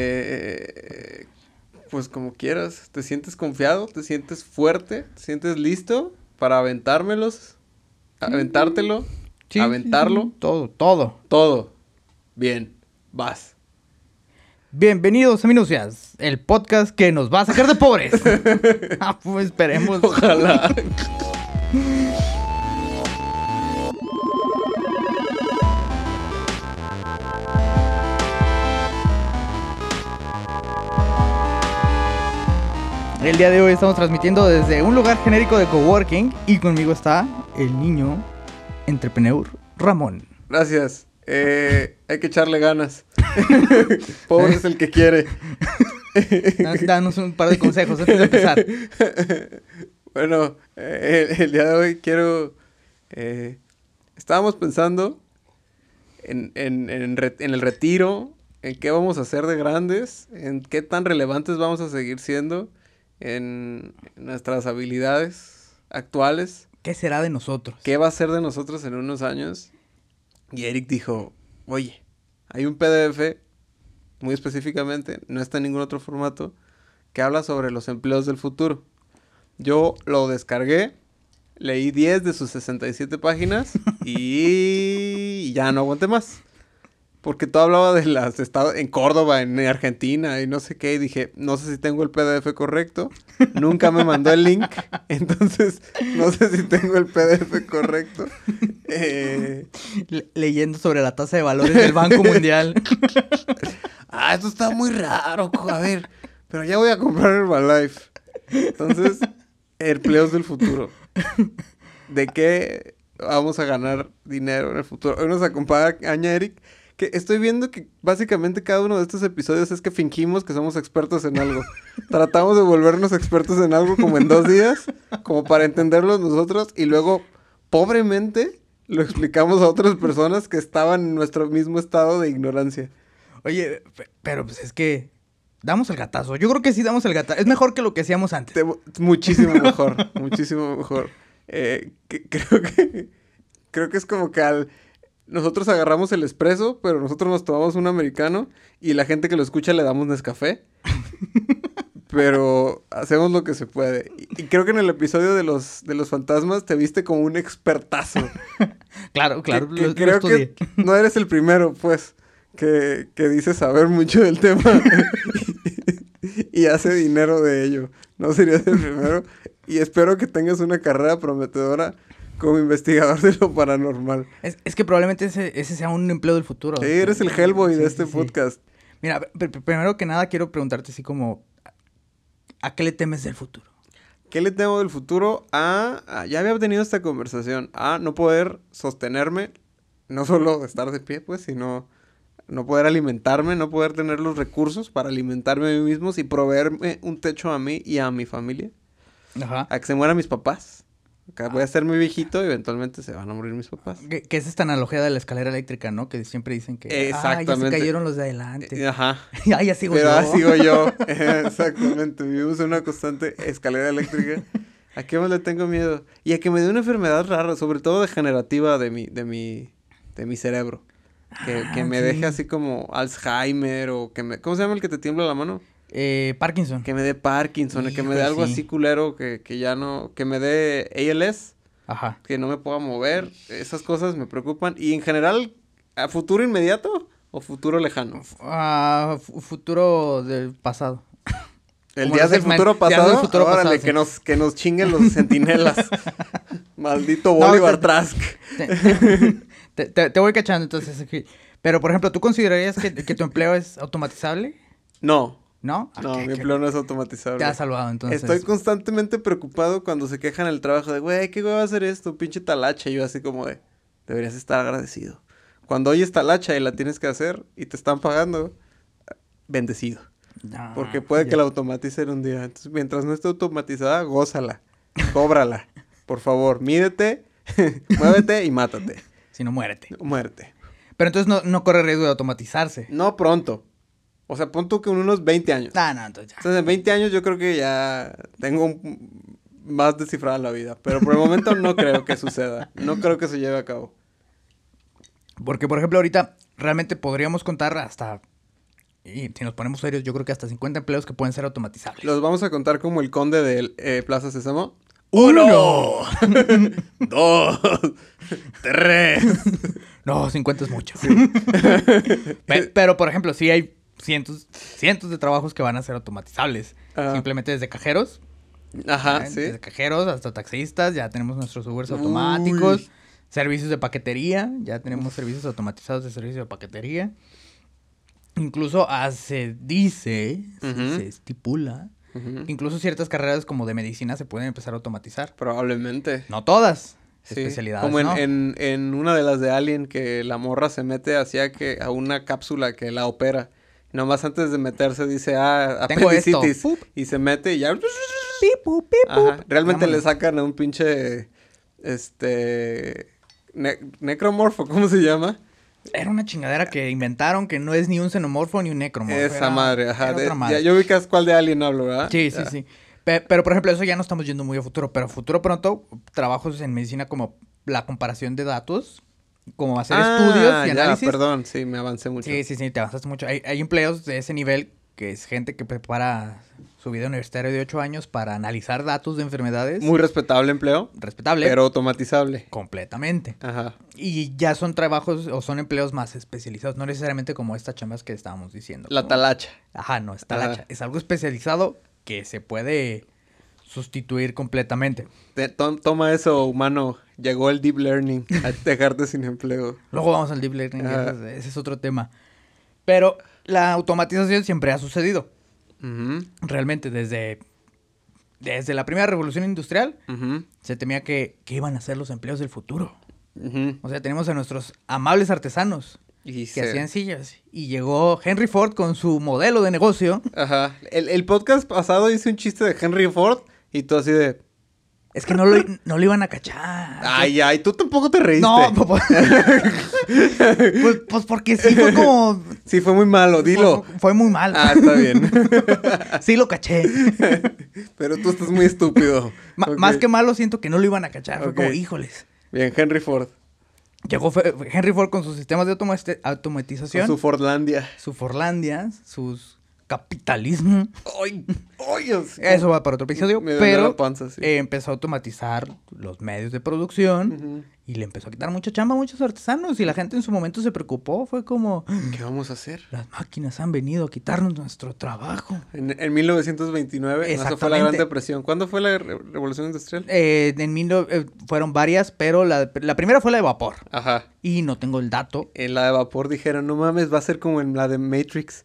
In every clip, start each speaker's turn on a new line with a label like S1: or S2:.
S1: eh, pues como quieras, te sientes confiado, te sientes fuerte, te sientes listo para aventármelos, aventártelo,
S2: Sí, sí,
S1: aventarlo,
S2: sí, Todo, todo.
S1: todo. Bien, vas.
S2: Bienvenidos a Minucias, el podcast que nos va a sacar de pobres. ah, pues esperemos.
S1: Ojalá.
S2: El día de hoy estamos transmitiendo desde un lugar genérico de coworking y conmigo está el niño entrepreneur Ramón.
S1: Gracias. Eh, hay que echarle ganas. Pobre es el que quiere.
S2: Dan- Danos un par de consejos antes de empezar.
S1: bueno, eh, el, el día de hoy quiero... eh, estábamos pensando en, en- en re- en el retiro, en qué vamos a hacer de grandes, en qué tan relevantes vamos a seguir siendo, en nuestras habilidades actuales,
S2: ¿Qué será de nosotros?
S1: qué va a ser de nosotros en unos años. Y Eric dijo, oye, hay un PDF, muy específicamente, no está en ningún otro formato, que habla sobre los empleos del futuro. Yo lo descargué, leí 10 de sus 67 páginas y ya no aguanté más. Porque todo hablaba de las estados en Córdoba, en Argentina y no sé qué. Y dije, no sé si tengo el PDF correcto. Nunca me mandó el link. Entonces, no sé si tengo el PDF correcto. Eh,
S2: Le- leyendo sobre la tasa de valores del Banco Mundial.
S1: Ah, esto está muy raro. co- A ver, pero ya voy a comprar Herbalife. Entonces, empleos del futuro. ¿De qué vamos a ganar dinero en el futuro? Hoy nos acompaña Eric. Que estoy viendo que básicamente cada uno de estos episodios es que fingimos que somos expertos en algo. Tratamos de volvernos expertos en algo como en dos días, como para entenderlo nosotros, y luego, pobremente, lo explicamos a otras personas que estaban en nuestro mismo estado de ignorancia.
S2: Oye, pe- pero pues es que damos el gatazo. Yo creo que sí damos el gatazo. Es mejor que lo que hacíamos antes.
S1: Te- muchísimo mejor, muchísimo mejor. Eh, que- creo que creo que es como que al nosotros agarramos el espresso, pero nosotros nos tomamos un americano y la gente que lo escucha le damos Nescafé. pero hacemos lo que se puede. Y, y creo que en el episodio de los de los fantasmas te viste como un expertazo.
S2: Claro, claro.
S1: Que-
S2: lo-
S1: que
S2: lo
S1: creo
S2: estudié.
S1: que no eres el primero, pues, que, que dice saber mucho del tema y hace dinero de ello. No serías el primero. Y espero que tengas una carrera prometedora como investigador de lo paranormal.
S2: Es, es que probablemente ese, ese sea un empleo del futuro.
S1: Sí, eres el Hellboy
S2: Sí,
S1: de este
S2: sí, sí.
S1: podcast.
S2: Mira, pr- pr- primero que nada quiero preguntarte así como, ¿a qué le temes del futuro?
S1: ¿Qué le temo del futuro? A, a- ya había tenido esta conversación, a no poder sostenerme, no solo estar de pie, pues, sino no poder alimentarme, no poder tener los recursos para alimentarme a mí mismo y proveerme un techo a mí y a mi familia.
S2: Ajá.
S1: A que se mueran mis papás. Acá voy a ser muy viejito y eventualmente se van a morir mis papás.
S2: Que, que es esta analogía de la escalera eléctrica, ¿no? Que siempre dicen que... Ah, ya se
S1: Exactamente.
S2: cayeron los de
S1: Eh,
S2: adelante.
S1: Ajá.
S2: ah, ya sigo
S1: Pero
S2: yo.
S1: ah, sigo yo. Exactamente. Vivimos en una constante escalera eléctrica. ¿A qué más le tengo miedo? Y a que me dé una enfermedad rara, sobre todo degenerativa de mi, de mi, de mi cerebro. Que, que
S2: Ah,
S1: me
S2: sí.
S1: deje así como Alzheimer o que me... ¿Cómo se llama el que te tiembla la mano?
S2: Eh, Parkinson.
S1: Que me dé Parkinson, que me dé
S2: Híjole,
S1: algo
S2: sí.
S1: así culero, que, que ya no... Que me dé ALS
S2: Ajá.
S1: que no me pueda mover, esas cosas me preocupan. Y en general, ¿a futuro inmediato o futuro lejano?
S2: Ah, fu- futuro del pasado.
S1: El
S2: Como
S1: día
S2: los
S1: del
S2: X-Men,
S1: futuro
S2: días del
S1: pasado,
S2: futuro
S1: órale,
S2: pasado,
S1: que,
S2: sí.
S1: nos, que nos chinguen los sentinelas. Maldito
S2: No,
S1: Bolívar
S2: te-
S1: Trask.
S2: Te, te- te- te voy cachando entonces aquí. Pero, por ejemplo, ¿tú considerarías que, que tu empleo es automatizable?
S1: No,
S2: ¿No? Ah,
S1: no,
S2: qué-
S1: mi
S2: qué-
S1: empleo no es automatizable.
S2: Te ha salvado, entonces.
S1: Estoy constantemente preocupado cuando se quejan en el trabajo de, güey, ¿qué güey va a hacer esto? Pinche talacha. Y Yo así como de, deberías estar agradecido. Cuando oyes talacha y la tienes que hacer y te están pagando, bendecido.
S2: No,
S1: Porque puede que
S2: Ah, ya.
S1: la automaticen un día. Entonces, mientras no esté automatizada, gózala. Cóbrala. Por favor, mídete, muévete y mátate.
S2: Si no, muérete.
S1: Muerte.
S2: Pero entonces no, no corre riesgo de automatizarse.
S1: No pronto. O sea, pon tú que en unos 20 años.
S2: Ah, no, entonces ya.
S1: Entonces, en 20 años yo creo que ya tengo un- más descifrada la vida. Pero por el momento no creo que suceda. No creo que se lleve a cabo.
S2: Porque, por ejemplo, ahorita realmente podríamos contar hasta y si nos ponemos serios, yo creo que hasta 50 empleos que pueden ser automatizables.
S1: Los vamos a contar como el conde de eh, Plaza Sésamo.
S2: ¡Uno!
S1: ¡Dos! ¡Tres!
S2: No, 50 es mucho. Pe- Pero, por ejemplo, sí hay cientos, cientos de trabajos que van a ser automatizables.
S1: Ah.
S2: Simplemente desde cajeros.
S1: Ajá,
S2: ¿eh?
S1: sí.
S2: Desde cajeros hasta taxistas. Ya tenemos nuestros Ubers automáticos.
S1: Uy.
S2: Servicios de paquetería. Ya tenemos servicios automatizados de servicio de paquetería. Incluso ah, se dice, se-
S1: Ujú.
S2: se estipula,
S1: Ujú.
S2: que incluso ciertas carreras como de medicina se pueden empezar a automatizar.
S1: Probablemente.
S2: No todas.
S1: Sí,
S2: Especialidades.
S1: Como en,
S2: no.
S1: en, en una de las de Alien que la morra se mete hacia que a una cápsula que la opera. Nomás antes de meterse dice, ah,
S2: Tengo esto.
S1: apendicitis.
S2: Pup.
S1: Y se mete y ya...
S2: Pipu, pipu.
S1: Ajá. Realmente le
S2: Vámonos.
S1: sacan a un pinche... Este... ne- necromorfo, ¿cómo se llama?
S2: Era una chingadera que inventaron que no es ni un xenomorfo ni un necromorfo.
S1: Esa
S2: era-
S1: madre, ajá.
S2: era
S1: de-
S2: otra madre.
S1: Ya, yo ubicas cuál de Alien hablo, ¿verdad?
S2: Sí, sí,
S1: Ah, Ya.
S2: sí. Pe- Pero, por ejemplo, eso ya no estamos yendo muy a futuro. Pero a futuro pronto, trabajos en medicina como la comparación de datos, como hacer
S1: Ah,
S2: estudios y
S1: ya,
S2: análisis.
S1: perdón, sí, me avancé mucho.
S2: Sí, sí, sí, te avanzaste mucho. Hay, hay empleos de ese nivel que es gente que prepara su vida universitaria de 8 años para analizar datos de enfermedades.
S1: Muy respetable empleo,
S2: respetable.
S1: pero automatizable.
S2: Completamente.
S1: Ajá.
S2: Y ya son trabajos o son empleos más especializados, no necesariamente como estas chambas que estábamos diciendo.
S1: La
S2: ¿no?
S1: talacha.
S2: Ajá, no, está
S1: Ajá.
S2: la hacha. Es algo especializado que se puede sustituir completamente.
S1: Te- to- toma eso, humano. Llegó el deep learning a dejarte sin empleo.
S2: Luego vamos al deep learning, que
S1: Ajá.
S2: ese, es- ese es otro tema. Pero la automatización siempre ha sucedido.
S1: Ujú,
S2: Realmente, desde, desde la primera revolución industrial,
S1: ujú,
S2: se temía que, que iban a ser los empleos del futuro.
S1: ujú.
S2: O sea, tenemos a nuestros amables artesanos
S1: Y
S2: que
S1: se-
S2: hacían sillas. Y llegó Henry Ford con su modelo de negocio.
S1: Ajá. El, el podcast pasado hice un chiste de Henry Ford y tú así de...
S2: Es que no lo, no lo iban a cachar.
S1: Ay, ay, tú tampoco te reíste.
S2: Ah, No, po- po- pues, pues porque sí fue como.
S1: Sí, fue muy malo, dilo.
S2: Fue, fue muy mal.
S1: Ah, está bien.
S2: Sí lo caché.
S1: Pero tú estás muy estúpido.
S2: Ma-
S1: Ok.
S2: Más que malo, siento que no lo iban a cachar. Fue como,
S1: Ok.
S2: híjoles.
S1: Bien, Henry Ford.
S2: Llegó Fe- Henry Ford con sus sistemas de automa- automatización,
S1: Con su
S2: su...
S1: Fordlandia.
S2: Forlandia, sus capitalismo.
S1: ¡Ay! ¡Ay! así como-
S2: Eso va para otro episodio.
S1: Me dolió
S2: pero
S1: la panza, sí.
S2: eh, empezó a automatizar los medios de producción
S1: Ujú.
S2: y le empezó a quitar mucha chamba a muchos artesanos. Y la gente en su momento se preocupó. Fue como,
S1: ¿Qué vamos a hacer?
S2: las máquinas han venido a quitarnos nuestro trabajo.
S1: En, en 1929, no, eso fue la Gran
S2: Exactamente.
S1: Depresión. ¿Cuándo fue la re- Revolución Industrial?
S2: Eh, en mil no- eh, fueron varias, pero la, la primera fue la de vapor.
S1: Ajá.
S2: Y no tengo el dato.
S1: En la de vapor dijeron, no mames, va a ser como en la de Matrix.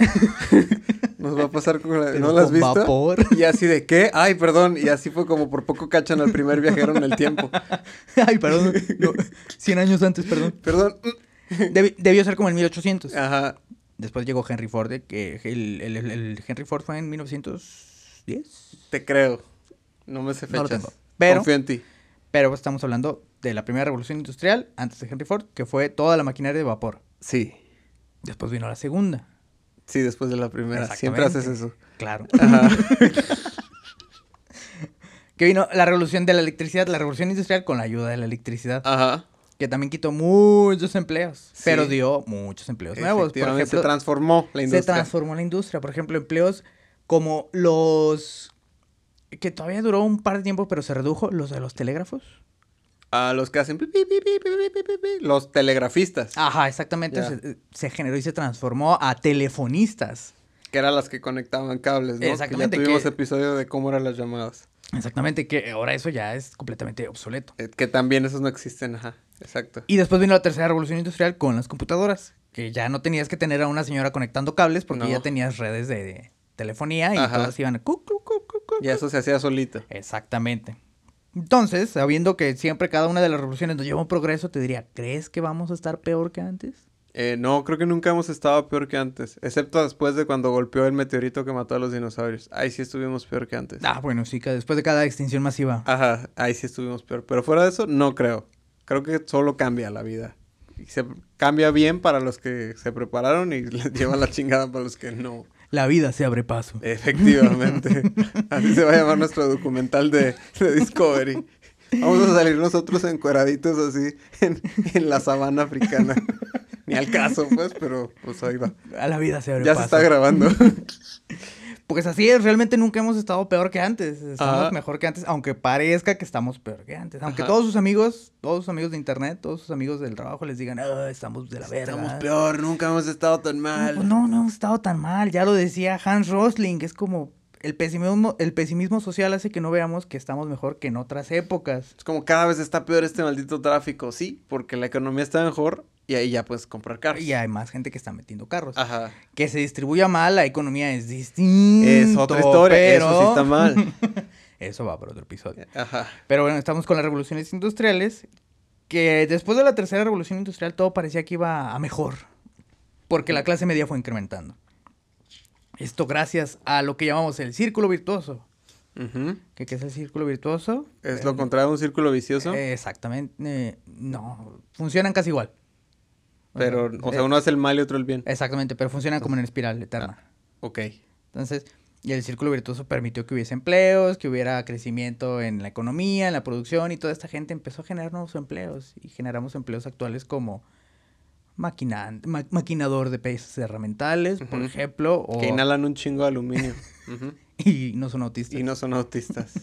S1: Nos va a pasar como la de...
S2: Pero
S1: ¿No la has
S2: con
S1: visto?
S2: vapor.
S1: Y así de, ¿qué? Ay, perdón. Y así fue como por poco cachan al primer viajero en el tiempo.
S2: Ay, perdón. no, 100 años antes, perdón.
S1: Perdón. mm,
S2: Debi- debió ser como en 1800.
S1: Ajá.
S2: Después llegó Henry Ford, eh, que el, el- el- el Henry Ford fue en 1910.
S1: Te creo. No me sé
S2: No lo
S1: fechas.
S2: tengo. Pero-
S1: Confío en ti.
S2: Pero estamos hablando de la primera revolución industrial, antes de Henry Ford, que fue toda la maquinaria de vapor.
S1: Sí.
S2: Después vino la segunda.
S1: Sí, después de la primera. Siempre haces eso.
S2: Exactamente. Claro.
S1: Ajá.
S2: Que vino la revolución de la electricidad, la revolución industrial con la ayuda de la electricidad.
S1: Ajá.
S2: que también quitó muchos empleos,
S1: Sí.
S2: pero dio muchos empleos nuevos. Por
S1: Efectivamente,
S2: ejemplo,
S1: se transformó la industria.
S2: se transformó la industria. Por ejemplo, empleos como los que todavía duró un par de tiempo, pero se redujo, los de los telégrafos.
S1: A los que hacen pi, pi, pi, pi, pi, pi, pi, pi, los telegrafistas,
S2: Ajá, exactamente.
S1: Ya.
S2: Se, eh, se generó y se transformó a telefonistas.
S1: que eran las que conectaban cables, ¿no?
S2: Exactamente,
S1: Que ya tuvimos
S2: que-
S1: episodio de cómo eran las llamadas.
S2: Exactamente, que ahora eso ya es completamente obsoleto.
S1: Eh, que también esos no existen, ajá. Exacto.
S2: Y después vino la tercera revolución industrial con las computadoras, que ya no tenías que tener a una señora conectando cables porque
S1: No.
S2: ya tenías redes de, de telefonía y
S1: Ajá.
S2: todas iban a... cu, cu, cu, cu, cu,
S1: Y eso se hacía solito.
S2: Exactamente. Entonces, sabiendo que siempre cada una de las revoluciones nos lleva a un progreso, te diría, ¿crees que vamos a estar peor que antes?
S1: Eh, no, creo que nunca hemos estado peor que antes. Excepto después de cuando golpeó el meteorito que mató a los dinosaurios. Ahí sí estuvimos peor que antes.
S2: Ah, bueno, sí, que después de cada extinción masiva.
S1: Ajá, ahí sí estuvimos peor. Pero fuera de eso, no creo. Creo que solo cambia la vida. Y se cambia bien para los que se prepararon y les lleva la chingada para los que no.
S2: La vida se abre paso.
S1: Efectivamente. Así se va a llamar nuestro documental de, de Discovery. Vamos a salir nosotros encueraditos así en, en la sabana africana. Ni al caso, pues, pero pues ahí va.
S2: A la vida se abre
S1: Ya se
S2: paso.
S1: está grabando.
S2: Pues así es, realmente nunca hemos estado peor que antes. Estamos
S1: Ajá.
S2: mejor que antes, aunque parezca que estamos peor que antes. Aunque
S1: Ajá.
S2: todos sus amigos, todos sus amigos de internet, todos sus amigos del trabajo les digan, "Ah, estamos de la verga.
S1: Estamos peor, nunca hemos estado tan mal.
S2: Pues no, no hemos estado tan mal. Ya lo decía Hans Rosling, es como el pesimismo, el pesimismo social hace que no veamos que estamos mejor que en otras épocas.
S1: Es como cada vez está peor este maldito tráfico, sí, porque la economía está mejor y ahí ya puedes comprar carros.
S2: Y hay más gente que está metiendo carros.
S1: Ajá.
S2: Que se distribuya mal, la economía es distinta.
S1: Es otra historia, eso sí está mal. Eh.
S2: Eso va para otro episodio.
S1: Ajá.
S2: Pero bueno, estamos con las revoluciones industriales, que después de la tercera revolución industrial todo parecía que iba a mejor, porque la clase media fue incrementando. Esto gracias a lo que llamamos el círculo virtuoso.
S1: Ujú.
S2: ¿Qué, qué es el círculo virtuoso?
S1: Es
S2: Eh,
S1: lo contrario a un círculo vicioso,
S2: eh, exactamente. eh, no, funcionan casi igual.
S1: pero, o sea,
S2: eh,
S1: uno Ah. hace el mal y otro el bien.
S2: Exactamente, pero funcionan como en espiral eterna.
S1: Ok.
S2: Entonces, y el círculo virtuoso permitió que hubiese empleos, que hubiera crecimiento en la economía, en la producción, y toda esta gente empezó a generar nuevos empleos. Y generamos empleos actuales como maquinan- ma- maquinador de piezas herramientales, por
S1: Ujú.
S2: ejemplo, o-
S1: Que inhalan un chingo de aluminio. Ujú.
S2: y no son autistas.
S1: Y no son autistas.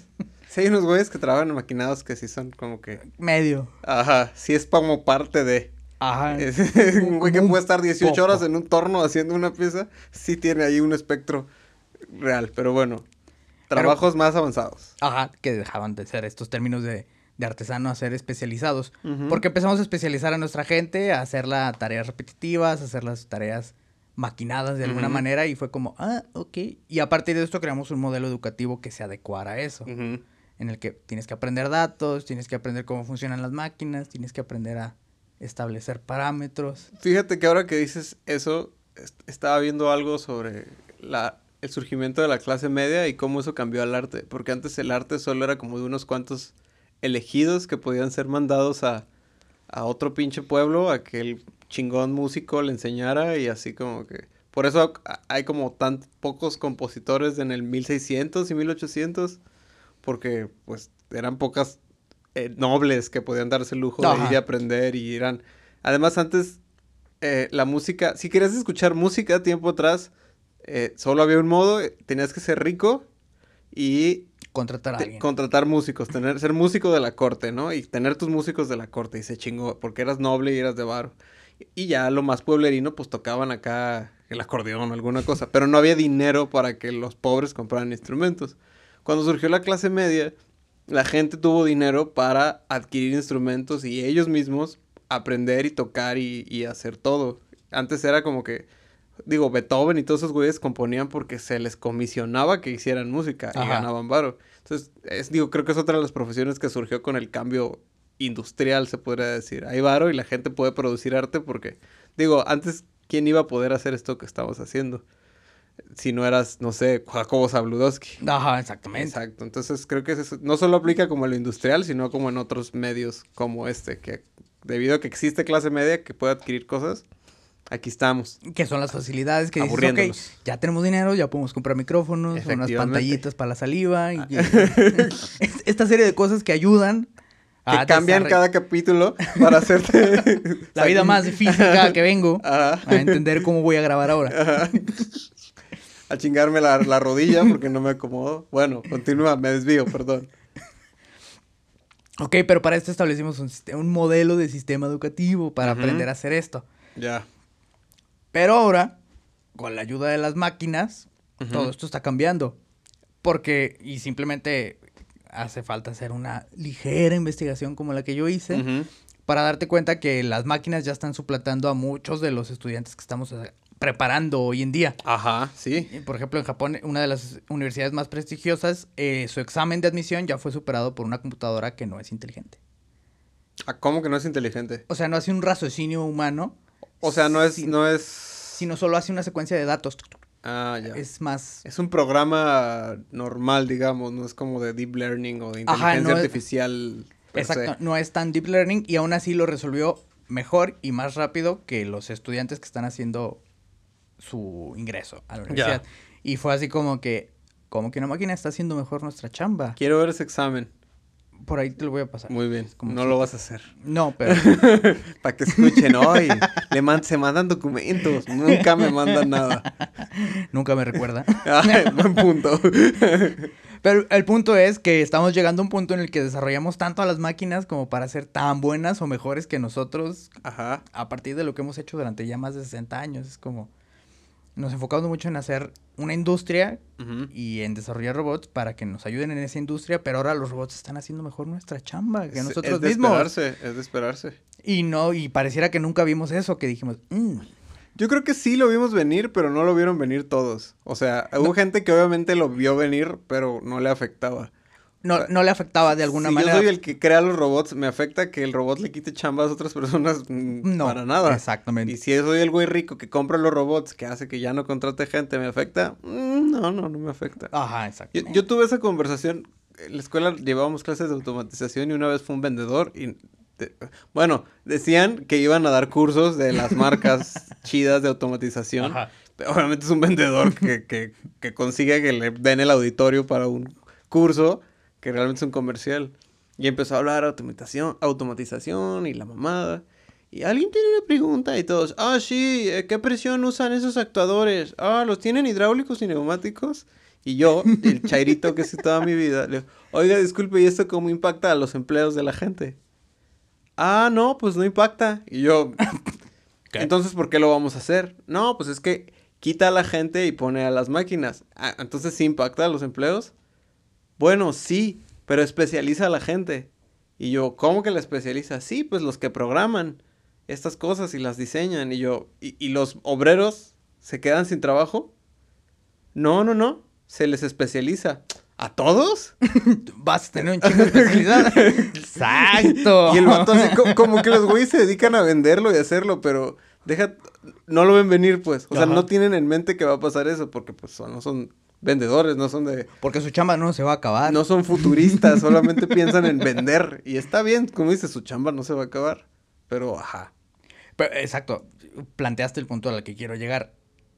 S1: Sí, hay unos güeyes que trabajan en maquinados que sí son como que.
S2: Medio.
S1: Ajá, sí es como parte de.
S2: Ajá.
S1: Es- un güey que
S2: Muy
S1: puede estar 18
S2: poco.
S1: horas en un torno haciendo una pieza, sí tiene ahí un espectro real, pero bueno.
S2: Pero-
S1: Trabajos más avanzados.
S2: Ajá, que dejaban de ser estos términos de, de artesano a ser especializados.
S1: Ujú.
S2: Porque empezamos a especializar a nuestra gente, a hacerla tareas repetitivas, a hacer las tareas maquinadas de alguna
S1: Ujú.
S2: manera y fue como, ah, ok. Y a partir de esto creamos un modelo educativo que se adecuara a eso,
S1: Ujú.
S2: en el que tienes que aprender datos, tienes que aprender cómo funcionan las máquinas, tienes que aprender a establecer parámetros.
S1: Fíjate que ahora que dices eso, est- estaba viendo algo sobre la, el surgimiento de la clase media y cómo eso cambió al arte. Porque antes el arte solo era como de unos cuantos elegidos que podían ser mandados a, a otro pinche pueblo a que el chingón músico le enseñara y así como que... Por eso a- hay como tan pocos compositores en el 1600 y 1800, porque pues eran pocas eh, nobles que podían darse el lujo de
S2: Ajá.
S1: ir y aprender y eran... Además antes eh, la música, si querías escuchar música tiempo atrás, eh, solo había un modo, eh, tenías que ser rico y
S2: Contratar a
S1: te-
S2: alguien.
S1: contratar músicos, tener, ser músico de la corte, ¿no? Y tener tus músicos de la corte y se chingó, porque eras noble y eras de varo. Y ya lo más pueblerino, pues tocaban acá el acordeón o alguna cosa, pero no había dinero para que los pobres compraran instrumentos. Cuando surgió la clase media, la gente tuvo dinero para adquirir instrumentos y ellos mismos aprender y tocar y, y hacer todo. Antes era como que, digo, Beethoven y todos esos güeyes componían porque se les comisionaba que hicieran música y
S2: Ajá.
S1: ganaban varo. Entonces, es, digo, creo que es otra de las profesiones que surgió con el cambio industrial, se podría decir. Hay varo y la gente puede producir arte porque, digo, antes, ¿quién iba a poder hacer esto que estamos haciendo? Si no eras, no sé, Jacobo Zabludowski.
S2: Ajá, exactamente.
S1: Exacto, entonces creo que eso no solo aplica como en lo industrial, sino como en otros medios como este, que debido a que existe clase media que puede adquirir cosas, aquí estamos.
S2: que son las facilidades que dices, ok,
S1: Aburriéndolos.
S2: ya tenemos dinero, ya podemos comprar micrófonos, unas
S1: Efectivamente. Ah.
S2: pantallitas para la saliva, y, Es- esta serie de cosas que ayudan Ah,
S1: Que cambian
S2: desarroll-
S1: cada capítulo para hacerte
S2: la vida más difícil cada que Ah, vengo
S1: Ajá.
S2: a entender cómo voy a grabar ahora.
S1: Ajá. a chingarme la, la rodilla porque no me acomodo. Bueno, continúa, me desvío, perdón.
S2: Ok, pero para esto establecimos un, siste- un modelo de sistema educativo para
S1: Ujú.
S2: aprender a hacer esto.
S1: Ya.
S2: Pero ahora, con la ayuda de las máquinas, todo esto está cambiando. Porque, y simplemente hace falta hacer una ligera investigación como la que yo hice.
S1: Ujú.
S2: para darte cuenta que las máquinas ya están suplantando a muchos de los estudiantes que estamos eh, preparando hoy en día.
S1: Ajá, sí.
S2: Eh, Por ejemplo, en Japón, una de las universidades más prestigiosas, eh, su examen de admisión ya fue superado por una computadora que no es inteligente.
S1: Ah, ¿Cómo que no es inteligente?
S2: O sea, no hace un raciocinio humano,
S1: O sea, no es,
S2: Sí.
S1: no es...
S2: sino solo hace una secuencia de datos.
S1: Ah, ya.
S2: Es más...
S1: Es un programa normal, digamos, no es como de deep learning o de
S2: Ajá,
S1: inteligencia
S2: no es-
S1: artificial. per se.
S2: Exacto, no es tan deep learning y aún así lo resolvió mejor y más rápido que los estudiantes que están haciendo su ingreso a la universidad. Y fue así como que, como que una máquina está haciendo mejor nuestra chamba.
S1: Quiero ver ese examen.
S2: Por ahí te lo voy a pasar.
S1: Muy bien.
S2: como
S1: No
S2: si-
S1: lo vas a hacer.
S2: No, pero
S1: Para que escuchen hoy. Le man- se mandan documentos. Nunca me mandan nada.
S2: nunca me recuerda.
S1: Ay, buen punto.
S2: Pero el punto es que estamos llegando a un punto en el que desarrollamos tanto a las máquinas como para ser tan buenas o mejores que nosotros
S1: Ajá.
S2: a partir de lo que hemos hecho durante ya más de 60 años. Es como, nos enfocamos mucho en hacer una industria
S1: Ujú.
S2: y en desarrollar robots para que nos ayuden en esa industria, pero ahora los robots están haciendo mejor nuestra chamba que
S1: Es-
S2: nosotros
S1: es de
S2: mismos.
S1: Esperarse, es de esperarse.
S2: Y no, y pareciera que nunca vimos eso, que dijimos, "Mm,
S1: Yo creo que sí lo vimos venir, pero no lo vieron venir todos. O sea, hubo gente que obviamente lo vio venir, pero no le afectaba.
S2: no, no le afectaba de alguna
S1: si
S2: manera.
S1: Yo soy el que crea los robots, me afecta que el robot le quite chambas a otras personas mm,
S2: No,
S1: para nada.
S2: exactamente.
S1: Y si soy el güey rico que compra los robots, que hace que ya no contrate gente, ¿me afecta? Mm, no, no, no me afecta.
S2: Ajá,
S1: Yo,
S2: exactamente.
S1: yo tuve esa conversación, en la escuela llevábamos clases de automatización y una vez fue un vendedor y... te- bueno, decían que iban a dar cursos de las marcas chidas de automatización.
S2: Ajá.
S1: Pero obviamente es un vendedor que, que, que consigue que le den el auditorio para un curso que realmente es un comercial. Y empezó a hablar automatización, automatización y la mamada. Y alguien tiene una pregunta y todos, ah, sí, eh, ¿qué presión usan esos actuadores? Ah, ¿los tienen hidráulicos y neumáticos? Y yo, el chairito que sí toda mi vida, le digo, oiga, disculpe, ¿y esto cómo impacta a los empleos de la gente? Ah, no, pues no impacta. Y yo,
S2: ¿Qué?
S1: entonces, ¿por qué lo vamos a hacer? No, pues es que quita a la gente y pone a las máquinas. Ah, entonces, ¿sí impacta a los empleos? Bueno, sí, pero especializa a la gente. Y yo, ¿cómo que la especializa? Sí, pues los que programan estas cosas y las diseñan. Y yo, ¿y, y los obreros se quedan sin trabajo? No, no, no. Se les especializa. ¿A todos?
S2: Vas a tener un chingo de especialidad. Exacto.
S1: Y el vato así co- como que los güeyes se dedican a venderlo y hacerlo, pero deja, no lo ven venir, pues. O sea,
S2: Ajá.
S1: no tienen en mente que va a pasar eso, porque pues son- no son vendedores, no son de,
S2: Porque su chamba no se va a acabar.
S1: no son futuristas, solamente piensan en vender. Y está bien, como dice, su chamba no se va a acabar. Pero ajá.
S2: Pero, exacto, planteaste el punto al que quiero llegar.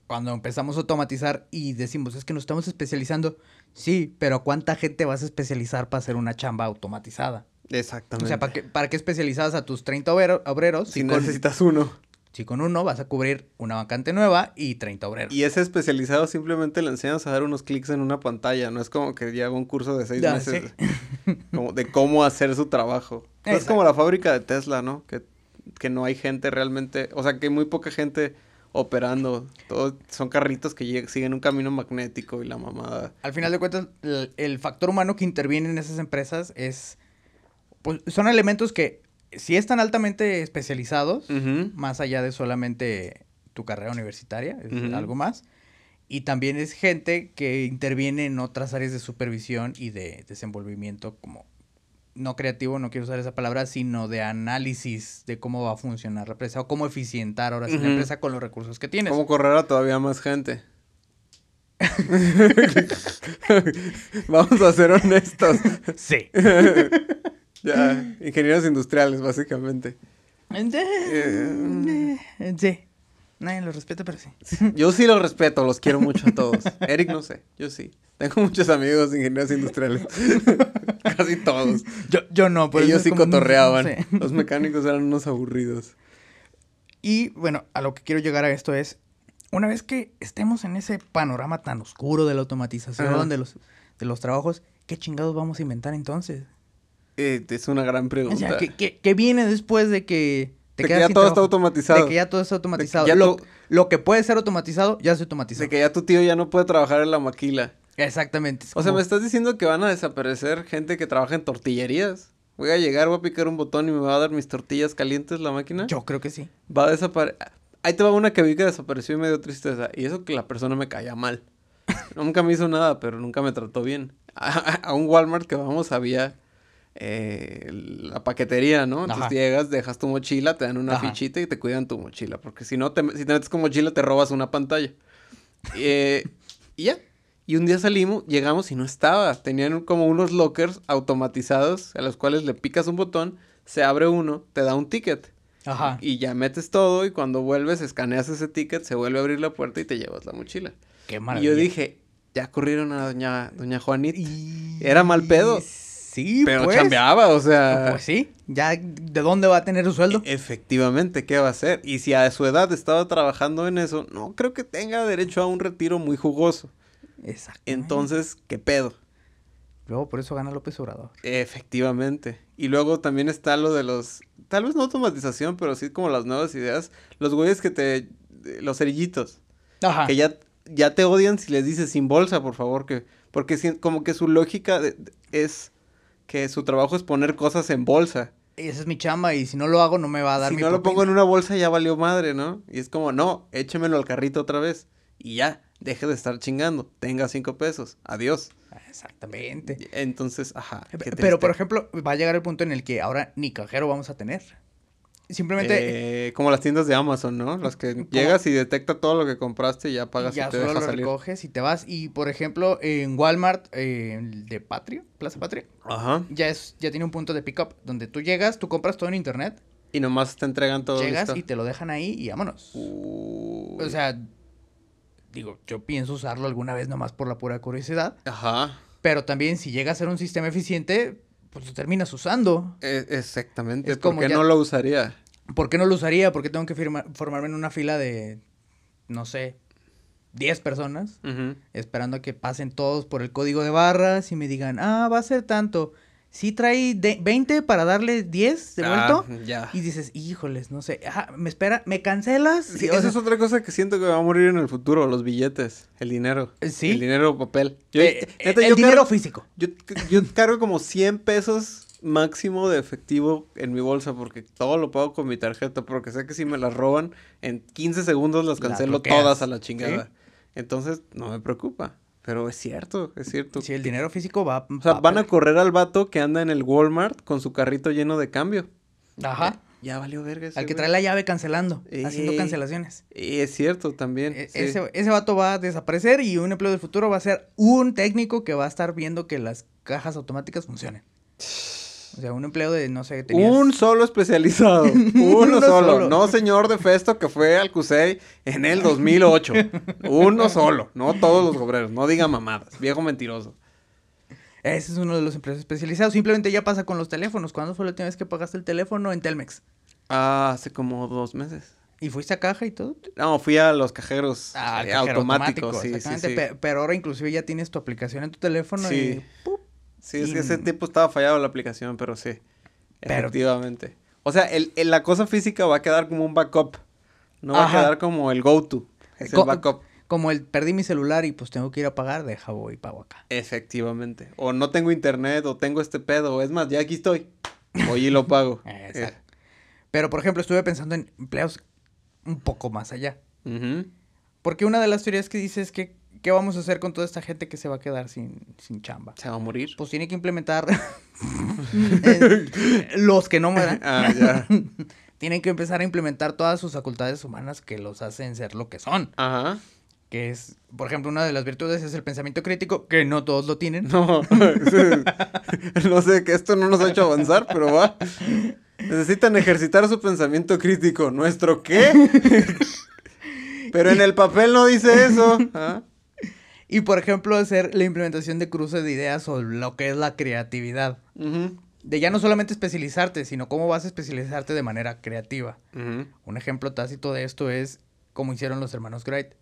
S2: Cuando empezamos a automatizar y decimos, es que nos estamos especializando, sí, pero ¿a ¿cuánta gente vas a especializar para hacer una chamba automatizada?
S1: Exactamente.
S2: O sea, ¿para qué, para qué especializas a tus 30 obrero- obreros si,
S1: si
S2: con,
S1: necesitas uno.
S2: si con uno vas a cubrir una vacante nueva y 30 obreros?
S1: Y ese especializado simplemente le enseñas a dar unos clics en una pantalla. No es como que lleva un curso de seis
S2: Ya,
S1: meses como de cómo hacer su trabajo. No es
S2: Exacto.
S1: como la fábrica de Tesla, ¿no? Que, que no hay gente realmente, o sea, que hay muy poca gente operando. Todos son carritos que lleg- siguen un camino magnético y la mamada.
S2: Al final de cuentas, el, el factor humano que interviene en esas empresas es... Pues, son elementos que sí están altamente especializados,
S1: Ujú.
S2: más allá de solamente tu carrera universitaria, es
S1: Ujú.
S2: algo más. Y también es gente que interviene en otras áreas de supervisión y de desenvolvimiento como no creativo, no quiero usar esa palabra, sino de análisis de cómo va a funcionar la empresa o cómo eficientar ahora sí
S1: Ujú.
S2: la empresa con los recursos que tienes.
S1: ¿Cómo correr a todavía más gente? Vamos a ser honestos.
S2: Sí.
S1: Ya, ingenieros industriales, básicamente. Eh.
S2: sí. Nadie lo respeta, pero sí.
S1: Yo sí los respeto, los quiero mucho a todos. Eric, no sé, yo sí. Tengo muchos amigos ingenieros industriales. Casi todos.
S2: Yo, yo no, por eso
S1: Ellos
S2: es
S1: sí
S2: como, no sé, no
S1: cotorreaban.
S2: sé.
S1: Los mecánicos eran unos aburridos.
S2: Y bueno, a lo que quiero llegar a esto es, una vez que estemos en ese panorama tan oscuro de
S1: Ajá.
S2: la automatización, de los, de los trabajos, ¿qué chingados vamos a inventar entonces?
S1: Eh, es una gran pregunta.
S2: O sea, ¿qué, qué, qué viene después de que
S1: De que
S2: quedas
S1: ya
S2: sin
S1: todo está
S2: trabajo?
S1: automatizado.
S2: De que ya todo está automatizado.
S1: ya
S2: lo,
S1: tú-
S2: lo que puede ser automatizado, ya se automatizó.
S1: De que ya tu tío ya no puede trabajar en la maquila.
S2: Exactamente. es
S1: O sea,
S2: como-
S1: ¿me estás diciendo que van a desaparecer gente que trabaja en tortillerías? Voy a llegar, voy a picar un botón y me va a dar mis tortillas calientes la máquina.
S2: Yo creo que sí.
S1: Va a desaparecer. Ahí te va una que vi que desapareció y me dio tristeza. Y eso que la persona me caía mal. nunca me hizo nada, pero nunca me trató bien. A, a un Walmart que vamos había eh, la paquetería, ¿no? Entonces
S2: Ajá.
S1: llegas, dejas tu mochila, te dan una
S2: Ajá.
S1: fichita y te cuidan tu mochila. Porque si no, te, si te metes con mochila, te robas una pantalla. Eh, y ya. Y un día salimos, llegamos y no estaba. Tenían un- como unos lockers automatizados a los cuales le picas un botón, se abre uno, te da un ticket.
S2: Ajá.
S1: Y ya metes todo y cuando vuelves escaneas ese ticket, se vuelve a abrir la puerta y te llevas la mochila.
S2: Qué
S1: Y
S2: maravilla.
S1: yo dije, ya corrieron a doña, doña Juanita.
S2: Y-
S1: Era mal pedo.
S2: sí,
S1: Pero
S2: pues.
S1: chambeaba, o sea.
S2: Pues sí, ya de dónde va a tener su sueldo.
S1: e- Efectivamente, ¿qué va a hacer? Y si a su edad estaba trabajando en eso, no creo que tenga derecho a un retiro muy jugoso.
S2: Exacto.
S1: e-, Entonces, ¿qué pedo?
S2: Luego por eso gana López Obrador.
S1: Efectivamente. Y luego también está lo de los, tal vez no automatización, pero sí como las nuevas ideas, los güeyes que te, los cerillitos,
S2: Ajá.
S1: que ya, ya te odian si les dices sin bolsa, por favor, que, porque si- como que su lógica de- de- es que su trabajo es poner cosas en bolsa.
S2: Esa es mi chamba y si no lo hago no me va a dar
S1: Si
S2: mi
S1: no lo
S2: propina.
S1: pongo en una bolsa ya valió madre, ¿no? Y es como, no, échemelo al carrito otra vez y ya, deje de estar chingando, tenga cinco pesos, adiós.
S2: Exactamente.
S1: Entonces, ajá. qué
S2: Pero,
S1: triste.
S2: por ejemplo, va a llegar el punto en el que ahora ni cajero vamos a tener. Simplemente
S1: Eh, como las tiendas de Amazon, ¿no? Las que llegas y detecta todo lo que compraste y ya pagas
S2: ya
S1: y te
S2: solo
S1: deja
S2: lo
S1: salir.
S2: recoges y te vas. Y, por ejemplo, en Walmart eh, el de Patria, Plaza Patria,
S1: Ajá.
S2: ya, es, ya tiene un punto de pick-up donde tú llegas, tú compras todo en internet,
S1: Y nomás te entregan todo
S2: llegas
S1: listo. Uh,
S2: y te lo dejan ahí y vámonos.
S1: Uy.
S2: O sea, digo, yo pienso usarlo alguna vez nomás por la pura curiosidad.
S1: Ajá.
S2: Pero también si llega a ser un sistema eficiente, pues lo terminas usando.
S1: E- exactamente.
S2: Es
S1: ¿Por
S2: como
S1: qué
S2: ya-
S1: no lo usaría?
S2: ¿Por qué no lo usaría? ¿Por qué tengo que firma- formarme en una fila de, no sé, 10 personas?
S1: Ujú.
S2: Esperando a que pasen todos por el código de barras y me digan, ah, va a ser tanto. Si trae de- 20 para darle 10 de vuelto.
S1: Ah, ya.
S2: Y dices, híjoles, no sé, ah, me espera, ¿me cancelas?
S1: Sí,
S2: Y, o
S1: esa
S2: sea,
S1: es otra cosa que siento que va a morir en el futuro, los billetes, el dinero.
S2: Eh, Sí.
S1: El dinero papel. Yo,
S2: eh, eh,
S1: neta,
S2: el
S1: yo
S2: dinero
S1: cargo-
S2: físico.
S1: Yo, yo cargo como 100 pesos máximo de efectivo en mi bolsa porque todo lo pago con mi tarjeta porque sé que si me las roban en 15 segundos las
S2: La
S1: cancelo
S2: bloqueas,
S1: todas a la chingada. Entonces no me preocupa, pero es cierto, es cierto.
S2: Sí, el dinero físico va...
S1: O sea, van a correr al vato que anda en el Walmart con su carrito lleno de cambio.
S2: Ajá.
S1: Ya valió verga ese
S2: Al que
S1: güey.
S2: trae la llave cancelando, haciendo
S1: Ey.
S2: cancelaciones.
S1: Y es cierto también.
S2: E-
S1: sí.
S2: ese, ese vato va a desaparecer y un empleo del futuro va a ser un técnico que va a estar viendo que las cajas automáticas funcionen. O sea, un empleo de, no sé, tenías...
S1: Un solo especializado. Uno,
S2: Uno
S1: solo.
S2: solo.
S1: No señor de Festo que fue al CUSEI en el 2008. Uno solo. No todos los obreros. No diga mamadas. Viejo mentiroso.
S2: Ese es uno de los empleos especializados. Simplemente ya pasa con los teléfonos. ¿Cuándo fue la última vez que pagaste el teléfono en Telmex?
S1: Ah, hace como dos meses.
S2: ¿Y fuiste a caja y todo?
S1: No, fui a los cajeros
S2: Ah,
S1: eh,
S2: cajero
S1: automáticos. sí, sí,
S2: exactamente.
S1: sí.
S2: Pe- Pero, ahora inclusive ya tienes tu aplicación en tu teléfono
S1: Sí.
S2: y... ¡pup!
S1: Sí, es
S2: y- mm.
S1: que ese tiempo estaba fallado la aplicación, pero sí.
S2: Pero-
S1: Efectivamente. O sea, el, el- la cosa física va a quedar como un backup. No va
S2: Ajá.
S1: a quedar como el go-to. Es el
S2: Co-
S1: backup.
S2: Como el perdí mi celular y pues tengo que ir a pagar, deja voy y pago acá.
S1: Efectivamente. O no tengo internet, o tengo este pedo. Es más, ya aquí estoy. Voy y lo pago.
S2: Exacto. Pero, por ejemplo, estuve pensando en empleos un poco más allá.
S1: Eh, ujú.
S2: Porque una de las teorías que dice es que, ¿qué vamos a hacer con toda esta gente que se va a quedar sin, sin chamba?
S1: Se va a morir.
S2: Pues tiene que implementar eh, los que no mueran.
S1: Ah, ya.
S2: Tienen que empezar a implementar todas sus facultades humanas que los hacen ser lo que son.
S1: Ajá.
S2: Que es, por ejemplo, una de las virtudes es el pensamiento crítico, que no todos lo tienen.
S1: No. no sé que esto no nos ha hecho avanzar, pero va. Necesitan ejercitar su pensamiento crítico. ¿Nuestro qué? pero en el papel no dice eso. Ah,
S2: Y, por ejemplo, hacer la implementación de cruces de ideas o lo que es la creatividad.
S1: ujú,
S2: De ya no solamente especializarte, sino cómo vas a especializarte de manera creativa.
S1: ujú.
S2: Un ejemplo tácito de esto es como hicieron los hermanos Wright,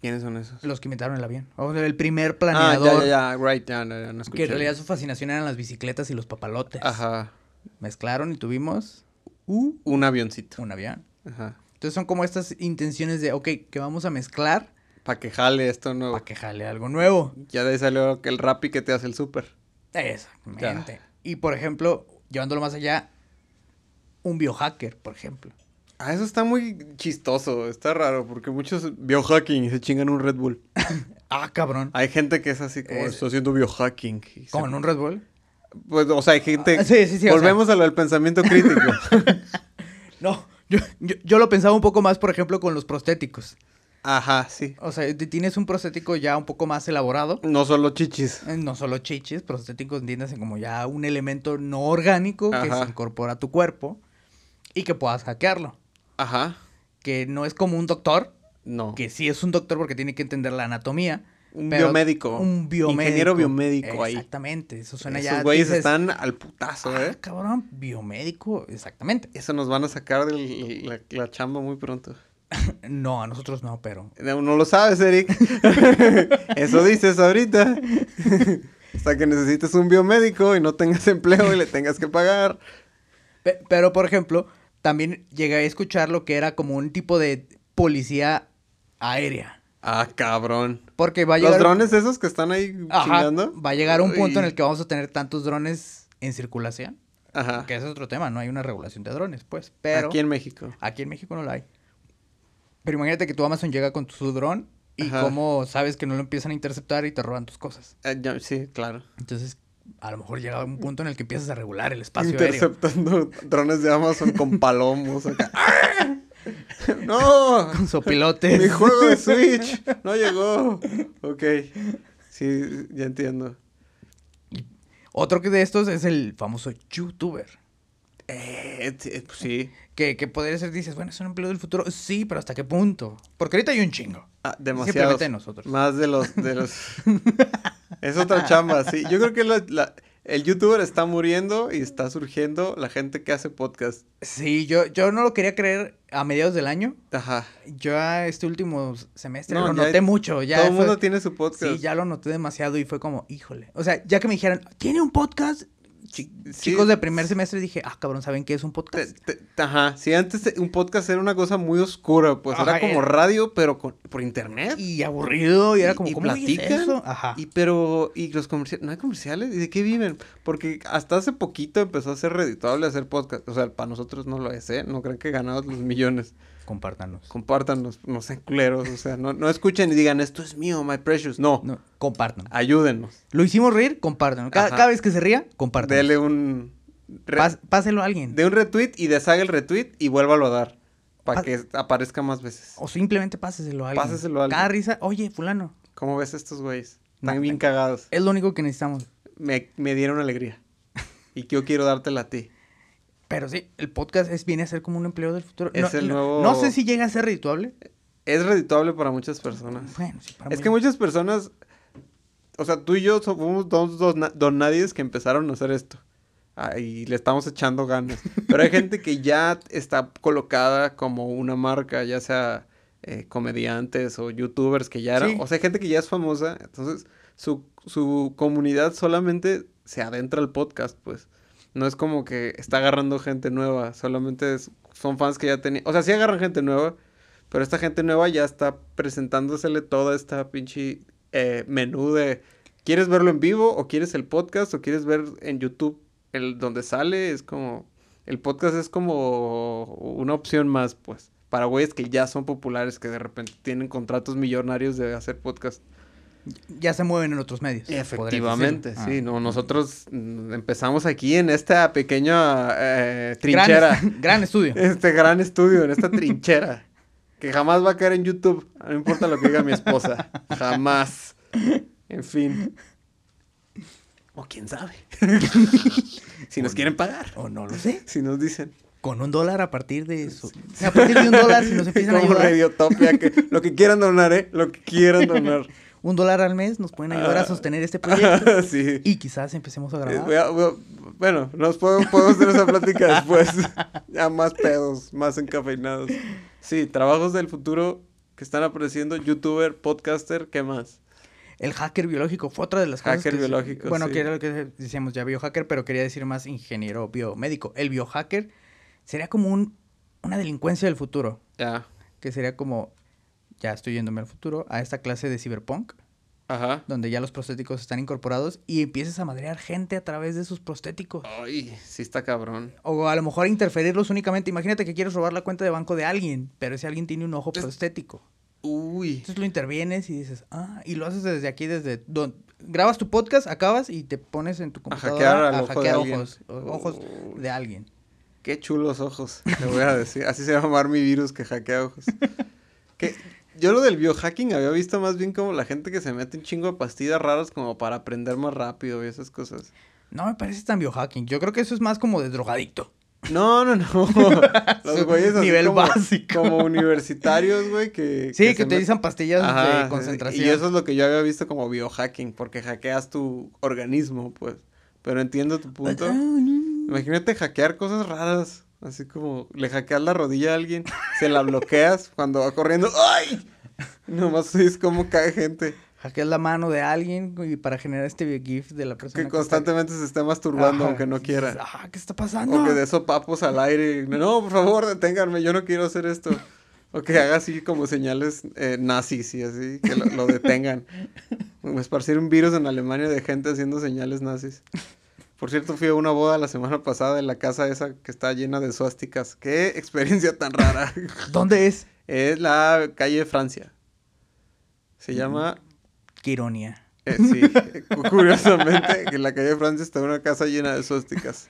S1: ¿Quiénes son esos?
S2: los que inventaron el avión. O sea, el primer
S1: Ah,
S2: planeador.
S1: ya, ya, ya. Right, ya, ya, ya, no
S2: Que
S1: escuché.
S2: en realidad su fascinación eran las bicicletas y los papalotes.
S1: Ajá.
S2: Mezclaron y tuvimos uh,
S1: Un avioncito.
S2: un avión.
S1: Ajá.
S2: Entonces son como estas intenciones de, ok, que vamos a mezclar
S1: Para que jale esto nuevo.
S2: para que jale algo nuevo.
S1: Ya de ahí salió el rapi que te hace el súper.
S2: Exactamente. Y por ejemplo, llevándolo más allá, un biohacker, por ejemplo.
S1: Ah, eso está muy chistoso, está raro, porque muchos biohacking y se chingan un Red Bull.
S2: Ah, cabrón.
S1: Hay gente que es así como,
S2: Es-
S1: estoy haciendo biohacking. y se-
S2: Con un Red Bull.
S1: Pues, o sea, hay gente...
S2: Ah, sí, sí, sí, o
S1: Volvemos a lo del pensamiento crítico.
S2: No, yo, yo, yo lo pensaba un poco más, por ejemplo, con los prostéticos.
S1: Ajá, sí.
S2: O sea, t- tienes un prostético ya un poco más elaborado.
S1: No solo chichis.
S2: eh, No solo chichis, prostéticos entiéndase como ya un elemento no orgánico que
S1: Ajá.
S2: se incorpora a tu cuerpo y que puedas hackearlo.
S1: Ajá.
S2: Que no es como un doctor,
S1: No.
S2: que sí es un doctor porque tiene que entender la anatomía,
S1: Un
S2: Pero-
S1: biomédico.
S2: Un biomédico.
S1: Ingeniero biomédico ahí.
S2: Exactamente. Eso suena ya.
S1: Esos güeyes
S2: dices,
S1: están al putazo,
S2: "Ah,
S1: ¿eh?
S2: cabrón, biomédico. Exactamente.
S1: Eso nos van a sacar de la, la chamba muy pronto.
S2: No, a nosotros no, pero.
S1: No, no lo sabes, Eric. Eso dices ahorita. Hasta que necesites un biomédico y no tengas empleo y le tengas que pagar.
S2: Pe- pero, por ejemplo, también llegué a escuchar lo que era como un tipo de policía aérea.
S1: Ah, cabrón.
S2: Porque va a llegar.
S1: Los drones esos que están ahí
S2: Ajá,
S1: chingando.
S2: va a llegar un punto en
S1: Uy.
S2: el que vamos a tener tantos drones en circulación.
S1: Ajá.
S2: Que ese es otro tema, no hay una regulación de drones, pues. Pero
S1: Aquí en México.
S2: aquí en México no la hay. Pero imagínate que tu Amazon llega con su dron y
S1: Ajá.
S2: cómo sabes que no lo empiezan a interceptar y te roban tus cosas.
S1: Eh, ya- sí, claro.
S2: Entonces, a lo mejor llega un punto en el que empiezas a regular el espacio aéreo.
S1: Interceptando drones de Amazon con palomos acá. ¡Ah! ¡No!
S2: Con sopilotes.
S1: Mi juego de Switch no llegó. Ok. Sí, ya entiendo.
S2: Otro que de estos es el famoso youtuber.
S1: Eh, t- eh, pues sí.
S2: Que, que podría ser, dices, bueno, es un empleo del futuro. Sí, pero ¿hasta qué punto? Porque ahorita hay un chingo.
S1: Ah, demasiados.
S2: Simplemente nosotros.
S1: Más de los, de los. es otra chamba, sí. Yo creo que la- la- el youtuber está muriendo y está surgiendo la gente que hace podcast.
S2: Sí, yo, yo no lo quería creer a mediados del año.
S1: Ajá.
S2: Yo a este último semestre
S1: No,
S2: lo
S1: ya
S2: noté mucho. Ya
S1: Todo el
S2: fue-
S1: mundo tiene su podcast.
S2: Sí, ya lo noté demasiado y fue como, híjole. O sea, ya que me dijeran, ¿tiene un podcast? Chi-
S1: Sí.
S2: Chicos de primer semestre dije, ah, cabrón, ¿saben qué es un
S1: Te-
S2: podcast?
S1: te- te- ajá, sí, antes eh, un podcast era una cosa muy oscura, pues
S2: Ajá,
S1: era como
S2: era-
S1: radio, pero con- por internet.
S2: Y aburrido, y era como,
S1: y
S2: ¿cómo oyes
S1: platican,
S2: eso? Ajá.
S1: Y pero, y los comerciales, no hay comerciales, ¿y de qué viven? Porque hasta hace poquito empezó a ser reditable hacer podcast. O sea, para nosotros no lo es, ¿eh? No crean que ganamos los millones.
S2: Compártanos.
S1: Compártanos, no sean culeros. O sea, no, no escuchen y digan, esto es mío, my precious. No,
S2: No, compartan.
S1: ayúdenos.
S2: Lo hicimos reír, compártanlo. Cada,
S1: Ah. Ajá.
S2: cada vez que se ría, compártanlo.
S1: Dele un. re-
S2: Pas- páselo a alguien.
S1: de un retweet y deshaga el retweet y vuélvalo a dar. Para
S2: Pa-
S1: que aparezca más veces.
S2: O simplemente páseselo a alguien.
S1: Páseselo a alguien.
S2: Cada risa, oye, fulano.
S1: ¿Cómo ves a estos güeyes?
S2: No,
S1: Están bien
S2: eh.
S1: cagados.
S2: Es lo único que necesitamos.
S1: Me, me dieron alegría. Y yo quiero dártela a ti.
S2: Pero sí, el podcast es, viene a ser como un empleo del futuro.
S1: Es
S2: no,
S1: el
S2: no-
S1: nuevo-
S2: no sé si llega a ser redituable.
S1: Es redituable para muchas personas.
S2: Bueno, sí, para
S1: Es
S2: mí-
S1: que muchas personas, o sea, tú y yo somos dos, dos, na- don nadies que empezaron a hacer esto. Ah, y le estamos echando ganas. Pero hay gente que ya está colocada como una marca, ya sea eh, comediantes o youtubers que ya eran.
S2: Sí.
S1: O sea, hay gente que ya es famosa. Entonces, su, su comunidad solamente se adentra al podcast, pues. No es como que está agarrando gente nueva. Solamente es- son fans que ya tenían. O sea, sí agarran gente nueva. Pero esta gente nueva ya está presentándosele toda esta pinche eh, menú de ¿quieres verlo en vivo o quieres el podcast o quieres ver en YouTube el donde sale? Es como el podcast es como una opción más, pues, para güeyes que ya son populares que de repente tienen contratos millonarios de hacer podcast.
S2: Ya se mueven en otros medios.
S1: Efectivamente,
S2: podrías
S1: Ah. sí,
S2: decirlo. Ah.
S1: no, nosotros mm, empezamos aquí en esta pequeña eh,
S2: Ah. Gran-
S1: trinchera.
S2: Gran, estudio.
S1: Este gran estudio, en esta trinchera. Que jamás va a caer en YouTube. No importa lo que diga mi esposa. Jamás. En fin. O quién sabe. si nos quieren pagar.
S2: O no lo sé.
S1: Si nos dicen.
S2: Con un dólar a partir de eso. A partir de un dólar, si nos empiezan a
S1: Como
S2: ayudar.
S1: Radiotopia, que lo que quieran donar, ¿eh? Lo que quieran donar.
S2: Un dólar al mes nos pueden ayudar a
S1: Ah.
S2: sostener este proyecto.
S1: sí.
S2: Y quizás empecemos a
S1: Eh,
S2: grabar.
S1: voy a- voy a- bueno, nos podemos, podemos tener esa plática después. ya más pedos, más encafeinados. Sí, trabajos del futuro que están apareciendo. Youtuber, podcaster, ¿qué más?
S2: El hacker biológico fue otra de las cosas.
S1: Hacker
S2: que se-
S1: biológico,
S2: Bueno,
S1: sí.
S2: que era lo que decíamos ya biohacker, pero quería decir más ingeniero biomédico. El biohacker sería como un, una delincuencia del futuro,
S1: Ya.
S2: que sería como, ya estoy yéndome al futuro, a esta clase de cyberpunk,
S1: Ajá.
S2: donde ya los prostéticos están incorporados y empiezas a madrear gente a través de sus prostéticos.
S1: Ay, sí está cabrón.
S2: O a lo mejor interferirlos únicamente. Imagínate que quieres robar la cuenta de banco de alguien, pero ese alguien tiene un ojo
S1: Es-
S2: prostético.
S1: Uy.
S2: Entonces lo intervienes y dices, ah, y lo haces desde aquí, desde donde grabas tu podcast, acabas y te pones en tu
S1: A
S2: computadora
S1: hackear al ojo de alguien.
S2: ojos, o- ojos
S1: Uy.
S2: de alguien.
S1: Qué chulos ojos, te voy a decir. Así se va a llamar mi virus que hackea ojos. Que yo lo del biohacking había visto más bien como la gente que se mete un chingo de pastillas raras como para aprender más rápido y esas cosas.
S2: No me parece tan biohacking. Yo creo que eso es más como de drogadicto.
S1: No, no, no. Los
S2: Su
S1: güeyes así
S2: nivel
S1: como,
S2: básico.
S1: como universitarios, güey, que...
S2: Sí, que,
S1: se met-
S2: utilizan pastillas
S1: Ajá,
S2: de concentración.
S1: Y eso es lo que yo había visto como biohacking, porque hackeas tu organismo, pues. Pero entiendo tu punto. Imagínate hackear cosas raras. Así como le hackeas la rodilla a alguien, se la bloqueas cuando va corriendo. ¡Ay! Nomás es como cae gente
S2: Hackeas la mano de alguien y para generar este GIF de la persona.
S1: que constantemente se está masturbando
S2: Ajá,
S1: aunque no
S2: y dices,
S1: quiera.
S2: Ah, ¿qué está pasando?
S1: O que de esos papos al aire. No, por favor, deténganme, yo no quiero hacer esto. O que haga así como señales eh, nazis y así, que lo, lo detengan. Como Esparcir un virus en Alemania de gente haciendo señales nazis. Por cierto, fui a una boda la semana pasada en la casa esa que está llena de suásticas. ¡Qué experiencia tan rara!
S2: ¿Dónde es?
S1: es la calle de Francia. Se llama
S2: Qué ironía.
S1: eh, sí, cu- curiosamente, en la calle de Francia está una casa llena de suásticas.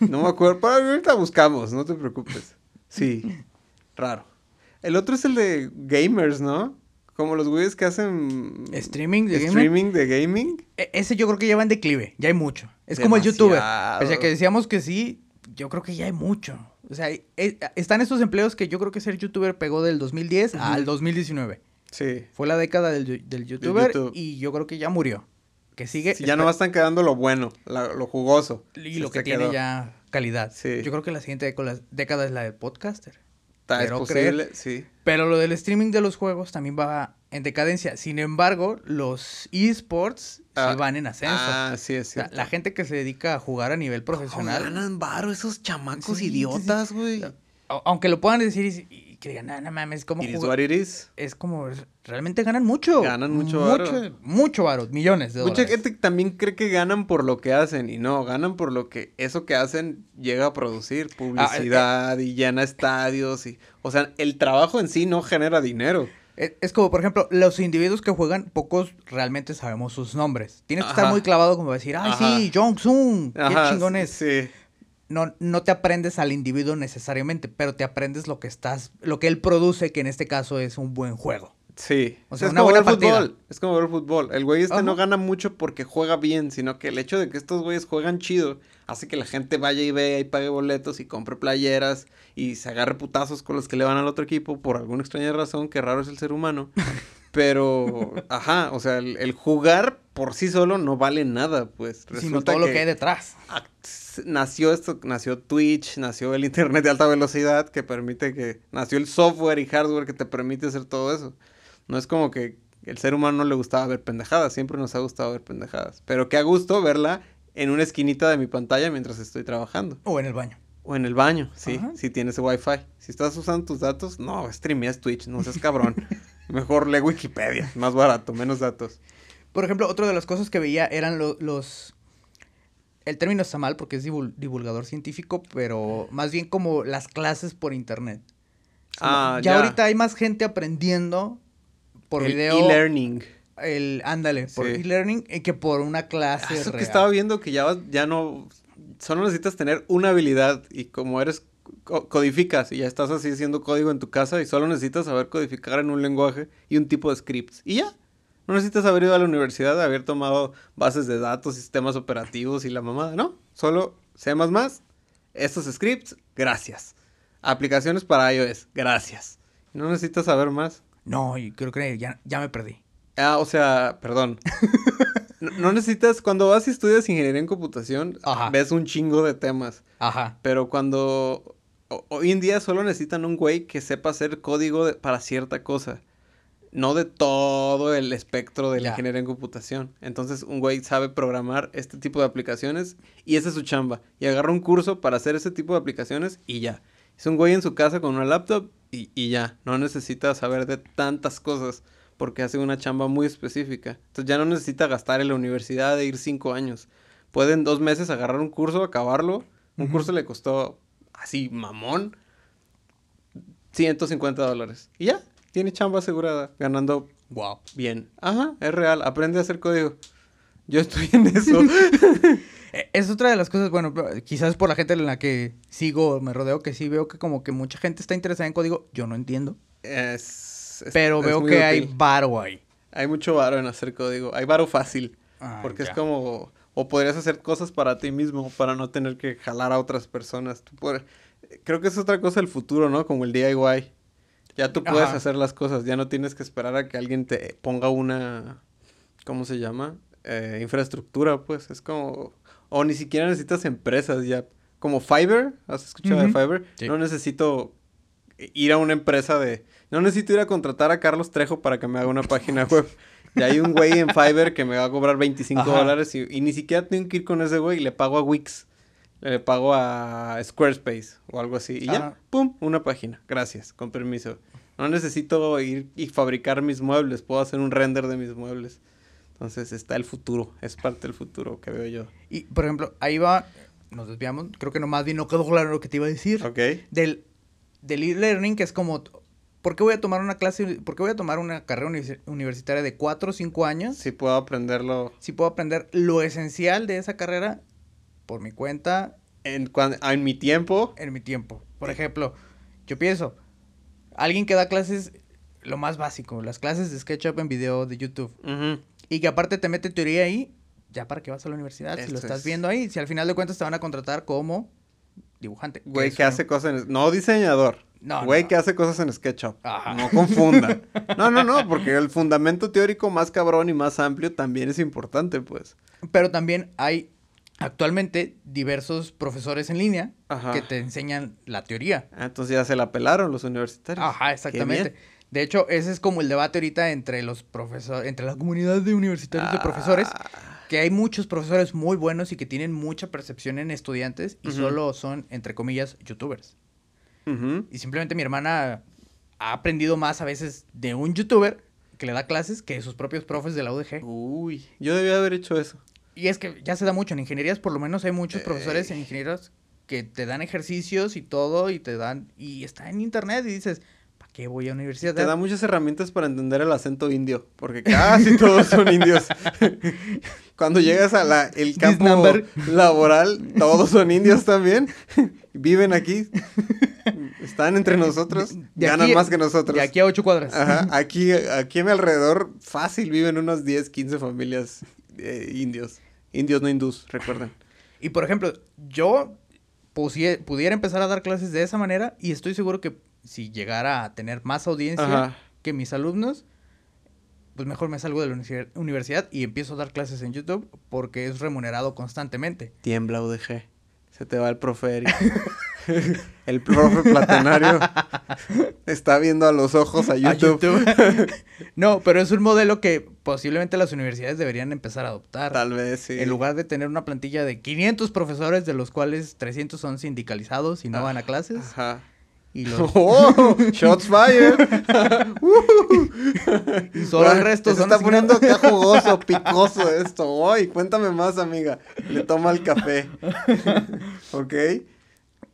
S1: No me acuerdo, pero ahorita buscamos, no te preocupes. Sí, raro. El otro es el de gamers, ¿no? Como los güeyes que hacen...
S2: Streaming de gaming.
S1: streaming de gaming.
S2: E- Ese yo creo que ya va en declive, ya hay mucho. Es como el youtuber. O sea,
S1: Demasiado.
S2: que decíamos que sí, yo creo que ya hay mucho. O sea, e- e- están estos empleos que yo creo que ser youtuber pegó del 2010
S1: Ujú.
S2: al 2019.
S1: Sí.
S2: Fue la década del, yu- del youtuber
S1: YouTube.
S2: y yo creo que ya murió. Que sigue.
S1: Sí, ya no están quedando lo bueno, la- lo jugoso.
S2: Y
S1: Se
S2: lo que
S1: te
S2: tiene
S1: quedó.
S2: ya calidad.
S1: Sí.
S2: Yo creo que la siguiente décola- década es la del podcaster.
S1: Ta- Es
S2: quiero
S1: posible, sí.
S2: Pero lo del streaming de los juegos también va en decadencia. Sin embargo, los esports sí
S1: Ah,
S2: van en ascenso.
S1: Ah, sí, es
S2: O sea,
S1: cierto.
S2: la gente que se dedica a jugar a nivel profesional.
S1: ganan varo esos chamacos
S2: Sí, sí, sí.
S1: idiotas, güey.
S2: A- Aunque lo puedan decir y, y que digan, no, no mames, ¿cómo
S1: Iris
S2: jugar?"
S1: what it is.
S2: Es como, es- realmente ganan mucho.
S1: Ganan mucho varo.
S2: Mucho, mucho varo, millones de
S1: Mucha
S2: dólares.
S1: gente también cree que ganan por lo que hacen y no, ganan por lo que eso que hacen llega a producir publicidad y llena estadios y o sea, el trabajo en sí no genera dinero.
S2: Es, E, es como, por ejemplo, los individuos que juegan, pocos realmente sabemos sus nombres. Tienes que estar
S1: Ajá.
S2: muy clavado como decir, ay,
S1: Ajá.
S2: sí, Jong Sung, qué
S1: Ajá,
S2: chingón es.
S1: Sí.
S2: No, no te aprendes al individuo necesariamente, pero te aprendes lo que estás, lo que él produce, que en este caso es un buen juego.
S1: Sí.
S2: O sea,
S1: es
S2: una
S1: como ver
S2: buena partida.
S1: fútbol, es como ver fútbol. El güey este
S2: Ajá.
S1: no gana mucho porque juega bien, sino que el hecho de que estos güeyes juegan chido hace que la gente vaya y vea y pague boletos y compre playeras y se agarre putazos con los que le van al otro equipo por alguna extraña razón, que raro es el ser humano. Pero, ajá, o sea, el, el jugar por sí solo no vale nada, pues.
S2: sino
S1: Resulta
S2: todo lo que hay detrás.
S1: act- nació esto, nació Twitch, nació el internet de alta velocidad que permite que nació el software y hardware que te permite hacer todo eso. No es como que el ser humano no le gustaba ver pendejadas, siempre nos ha gustado ver pendejadas, pero qué a gusto verla en una esquinita de mi pantalla mientras estoy trabajando
S2: O en el baño.
S1: o en el baño, sí,
S2: Ajá.
S1: si tienes wifi. Si estás usando tus datos, no, streameas Twitch, no seas cabrón. Mejor lee Wikipedia, más barato, menos datos.
S2: Por ejemplo, otra de las cosas que veía eran lo- los... El término está mal porque es divul- divulgador científico, pero más bien como las clases por internet. Es como,
S1: Ah,
S2: ya,
S1: ya.
S2: ahorita hay más gente aprendiendo por
S1: El
S2: video.
S1: E-learning.
S2: El ándale, por
S1: Sí. Ah,
S2: e-learning eh, que por una clase
S1: Eso
S2: real.
S1: que estaba viendo que ya, vas- ya no. Solo necesitas tener una habilidad y como eres. co- codificas y ya estás así haciendo código en tu casa y solo necesitas saber codificar en un lenguaje y un tipo de scripts. Y ya. No necesitas haber ido a la universidad, haber tomado bases de datos, sistemas operativos y la mamada, ¿no? Solo C++, estos scripts, gracias. Aplicaciones para iOS, gracias. No necesitas saber más.
S2: No, y creo que ya, ya me perdí.
S1: Ah, o sea, perdón. No, no necesitas, cuando vas y estudias ingeniería en computación,
S2: Ajá.
S1: ves un chingo de temas.
S2: Ajá.
S1: Pero cuando ho- hoy en día solo necesitan un güey que sepa hacer código de- para cierta cosa. No de todo el espectro de la
S2: Ya.
S1: ingeniería en computación. Entonces, un güey sabe programar este tipo de aplicaciones y esa es su chamba. Y agarra un curso para hacer ese tipo de aplicaciones y ya. Es un güey en su casa con una laptop y, y ya. No necesita saber de tantas cosas porque hace una chamba muy específica. Entonces, ya no necesita gastar en la universidad de ir cinco años. Puede en dos meses agarrar un curso, acabarlo. Un
S2: Ujú.
S1: curso le costó así, mamón, 150 dólares. Y ya, tiene chamba asegurada, ganando
S2: Wow.
S1: bien. Ajá, es real, aprende a hacer código. Yo estoy en eso.
S2: Eh, Es otra de las cosas, bueno, pero quizás por la gente en la que sigo, me rodeo, que sí veo que como que mucha gente está interesada en código, yo no entiendo,
S1: Es- es-
S2: pero
S1: es
S2: veo
S1: muy
S2: que
S1: útil.
S2: hay varo ahí.
S1: Hay mucho varo en hacer código, hay varo fácil.
S2: Ah,
S1: porque
S2: ya.
S1: es como O podrías hacer cosas para ti mismo, para no tener que jalar a otras personas. Tú podr- Creo que es otra cosa del futuro, ¿no? Como el DIY. Ya tú puedes
S2: Ajá.
S1: hacer las cosas, ya no tienes que esperar a que alguien te ponga una, ¿cómo se llama? Eh, infraestructura, pues, es como, o ni siquiera necesitas empresas ya, como Fiverr, ¿has escuchado de
S2: Ujú.
S1: Fiverr?
S2: Sí.
S1: No necesito ir a una empresa de, no necesito ir a contratar a Carlos Trejo para que me haga una página web. Ya hay un güey en Fiverr que me va a cobrar 25
S2: Ajá.
S1: dólares y, y ni siquiera tengo que ir con ese güey, le pago a Wix, le pago a Squarespace o algo así. Y ya,
S2: Ajá.
S1: pum, una página. Gracias, con permiso. No necesito ir y fabricar mis muebles, puedo hacer un render de mis muebles. Entonces está el futuro, es parte del futuro que veo yo.
S2: Y, por ejemplo, ahí va, nos desviamos, creo que nomás bien no quedó claro lo que te iba a decir.
S1: Ok.
S2: Del, del e-learning, que es como, ¿por qué voy a tomar una clase, por qué voy a tomar una carrera universi- universitaria de 4 o 5 años
S1: Sí puedo aprenderlo
S2: si puedo aprender lo esencial de esa carrera por mi cuenta,
S1: en, cuan- en mi tiempo.
S2: en mi tiempo? Por ejemplo, yo pienso, alguien que da clases, lo más básico, las clases de SketchUp en video de YouTube.
S1: Ujú.
S2: Y que aparte te mete teoría ahí, ya para que vas a la universidad, si
S1: Eso
S2: lo estás
S1: es.
S2: viendo ahí. Si al final de cuentas te van a contratar como dibujante. que
S1: Güey
S2: es
S1: que
S2: una-
S1: hace cosas en... No diseñador.
S2: No,
S1: Güey
S2: no.
S1: que hace cosas en SketchUp.
S2: Ajá.
S1: No confunda. No, no, no, porque el fundamento teórico más cabrón y más amplio también es importante, pues.
S2: Pero también hay actualmente diversos profesores en línea
S1: Ajá.
S2: que te enseñan la teoría.
S1: Ah, Entonces ya se la pelaron los universitarios.
S2: Ajá,
S1: Qué
S2: exactamente.
S1: bien.
S2: De hecho, ese es como el debate ahorita entre los profesores, entre la comunidad de universitarios de profesores,
S1: Ah,
S2: que hay muchos profesores muy buenos y que tienen mucha percepción en estudiantes y
S1: Ujú.
S2: solo son, entre comillas, youtubers.
S1: ujú.
S2: Y simplemente mi hermana ha aprendido más a veces de un youtuber que le da clases que de sus propios profes de la UDG.
S1: Uy, yo debía haber hecho eso.
S2: Y es que ya se da mucho. En ingenierías, por lo menos, hay muchos profesores en
S1: Ey.
S2: ingenieros que te dan ejercicios y todo y te dan. Y está en internet y dices, ¿para qué voy a universidad?
S1: Te da muchas herramientas para entender el acento indio, porque casi todos son indios. Cuando llegas a la, el
S2: This
S1: campo
S2: number.
S1: laboral, todos son indios también. Viven aquí, están entre nosotros,
S2: De
S1: ganan
S2: aquí-
S1: más que nosotros.
S2: De aquí a ocho cuadras.
S1: Ajá, aquí, aquí a mi alrededor, fácil, viven unas 10, 15 familias eh, indios. Indios, no hindús, recuerden.
S2: Y por ejemplo, yo pusie- pudiera empezar a dar clases de esa manera y estoy seguro que si llegara a tener más audiencia
S1: Ajá.
S2: que mis alumnos, pues mejor me salgo de la universi- universidad y empiezo a dar clases en YouTube porque es remunerado constantemente.
S1: Tiembla UDG. Se te va el profe Eric. el profe platenario está viendo a los ojos a
S2: A
S1: YouTube.
S2: YouTube. no, pero es un modelo que posiblemente las universidades deberían empezar a adoptar.
S1: Tal vez sí.
S2: En lugar de tener una plantilla de 500 profesores, de los cuales 300 son sindicalizados y no
S1: Ah,
S2: van a clases,
S1: Ajá.
S2: y los
S1: ¡Oh! ¡Shots fired! ¡Ujú!
S2: y solo el
S1: Ay,
S2: resto
S1: se
S2: son
S1: está
S2: asignados-
S1: poniendo acá jugoso, picoso esto. ¡Ay! Cuéntame más, amiga. Le toma el café. ¿Ok?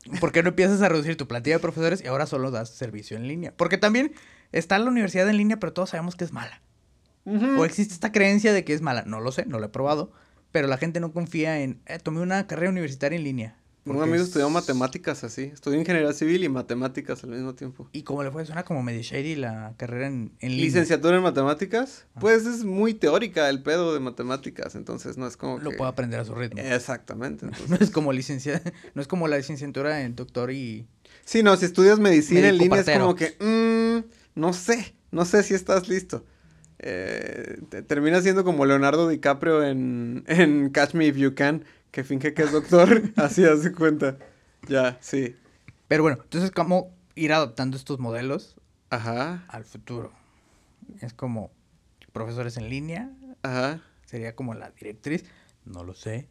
S2: ¿Por qué no empiezas a reducir tu plantilla de profesores y ahora solo das servicio en línea? Porque también está la universidad en línea, pero todos sabemos que es mala.
S1: Ujú.
S2: O existe esta creencia de que es mala. No lo sé, no lo he probado. Pero la gente no confía en, eh, tomé una carrera universitaria en línea.
S1: Un
S2: Porque
S1: amigo
S2: es-
S1: estudió matemáticas así. Estudió ingeniería civil y matemáticas al mismo tiempo.
S2: Y como le fue, suena como medio shady la carrera en, en línea.
S1: Licenciatura en matemáticas,
S2: Ah.
S1: pues es muy teórica el pedo de matemáticas, entonces no es como
S2: Lo
S1: que...
S2: puedo aprender a su ritmo.
S1: Eh. Exactamente.
S2: No
S1: entonces-
S2: es como licencia, no es como la licenciatura en doctor y...
S1: sí, no, si estudias medicina en
S2: Médico
S1: línea es
S2: partero.
S1: como que, mm, no sé, no sé si estás listo. Eh, te- termina siendo como Leonardo DiCaprio en, en Catch Me If You Can, que finge que es doctor, así hace cuenta. Ya, sí.
S2: Pero bueno, entonces cómo ir adoptando estos modelos
S1: Ajá,
S2: al futuro. Es como profesores en línea,
S1: ajá.
S2: sería como la directriz. No lo sé.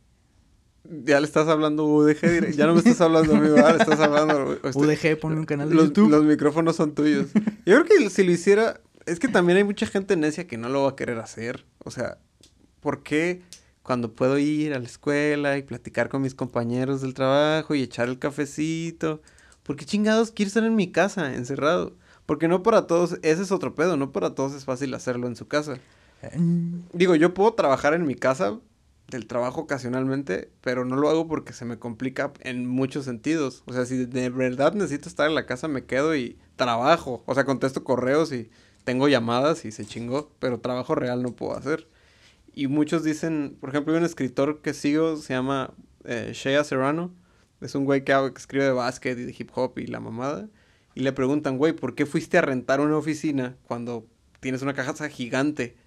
S1: Ya le estás hablando UDG, dire- ya no me estás hablando amigo, ahora le estás hablando... o estoy-
S2: UDG, ponle un canal de
S1: Pues los,
S2: YouTube.
S1: los micrófonos son tuyos. Yo creo que si lo hiciera, es que también hay mucha gente necia que no lo va a querer hacer. O sea, ¿por qué cuando puedo ir a la escuela y platicar con mis compañeros del trabajo y echar el cafecito? ¿Por qué chingados quiero estar en mi casa, encerrado? Porque no para todos, ese es otro pedo, no para todos es fácil hacerlo en su casa.
S2: Eh,
S1: Digo, yo puedo trabajar en mi casa del trabajo ocasionalmente, pero no lo hago porque se me complica en muchos sentidos. O sea, si de verdad necesito estar en la casa, me quedo y trabajo. O sea, contesto correos y tengo llamadas y se chingó, pero trabajo real no puedo hacer. Y muchos dicen, por ejemplo, hay un escritor que sigo, se llama eh, Shea Serrano. Es un güey que, que escribe de básquet y de hip hop y la mamada. Y le preguntan, güey, ¿por qué fuiste a rentar una oficina cuando tienes una caja gigante?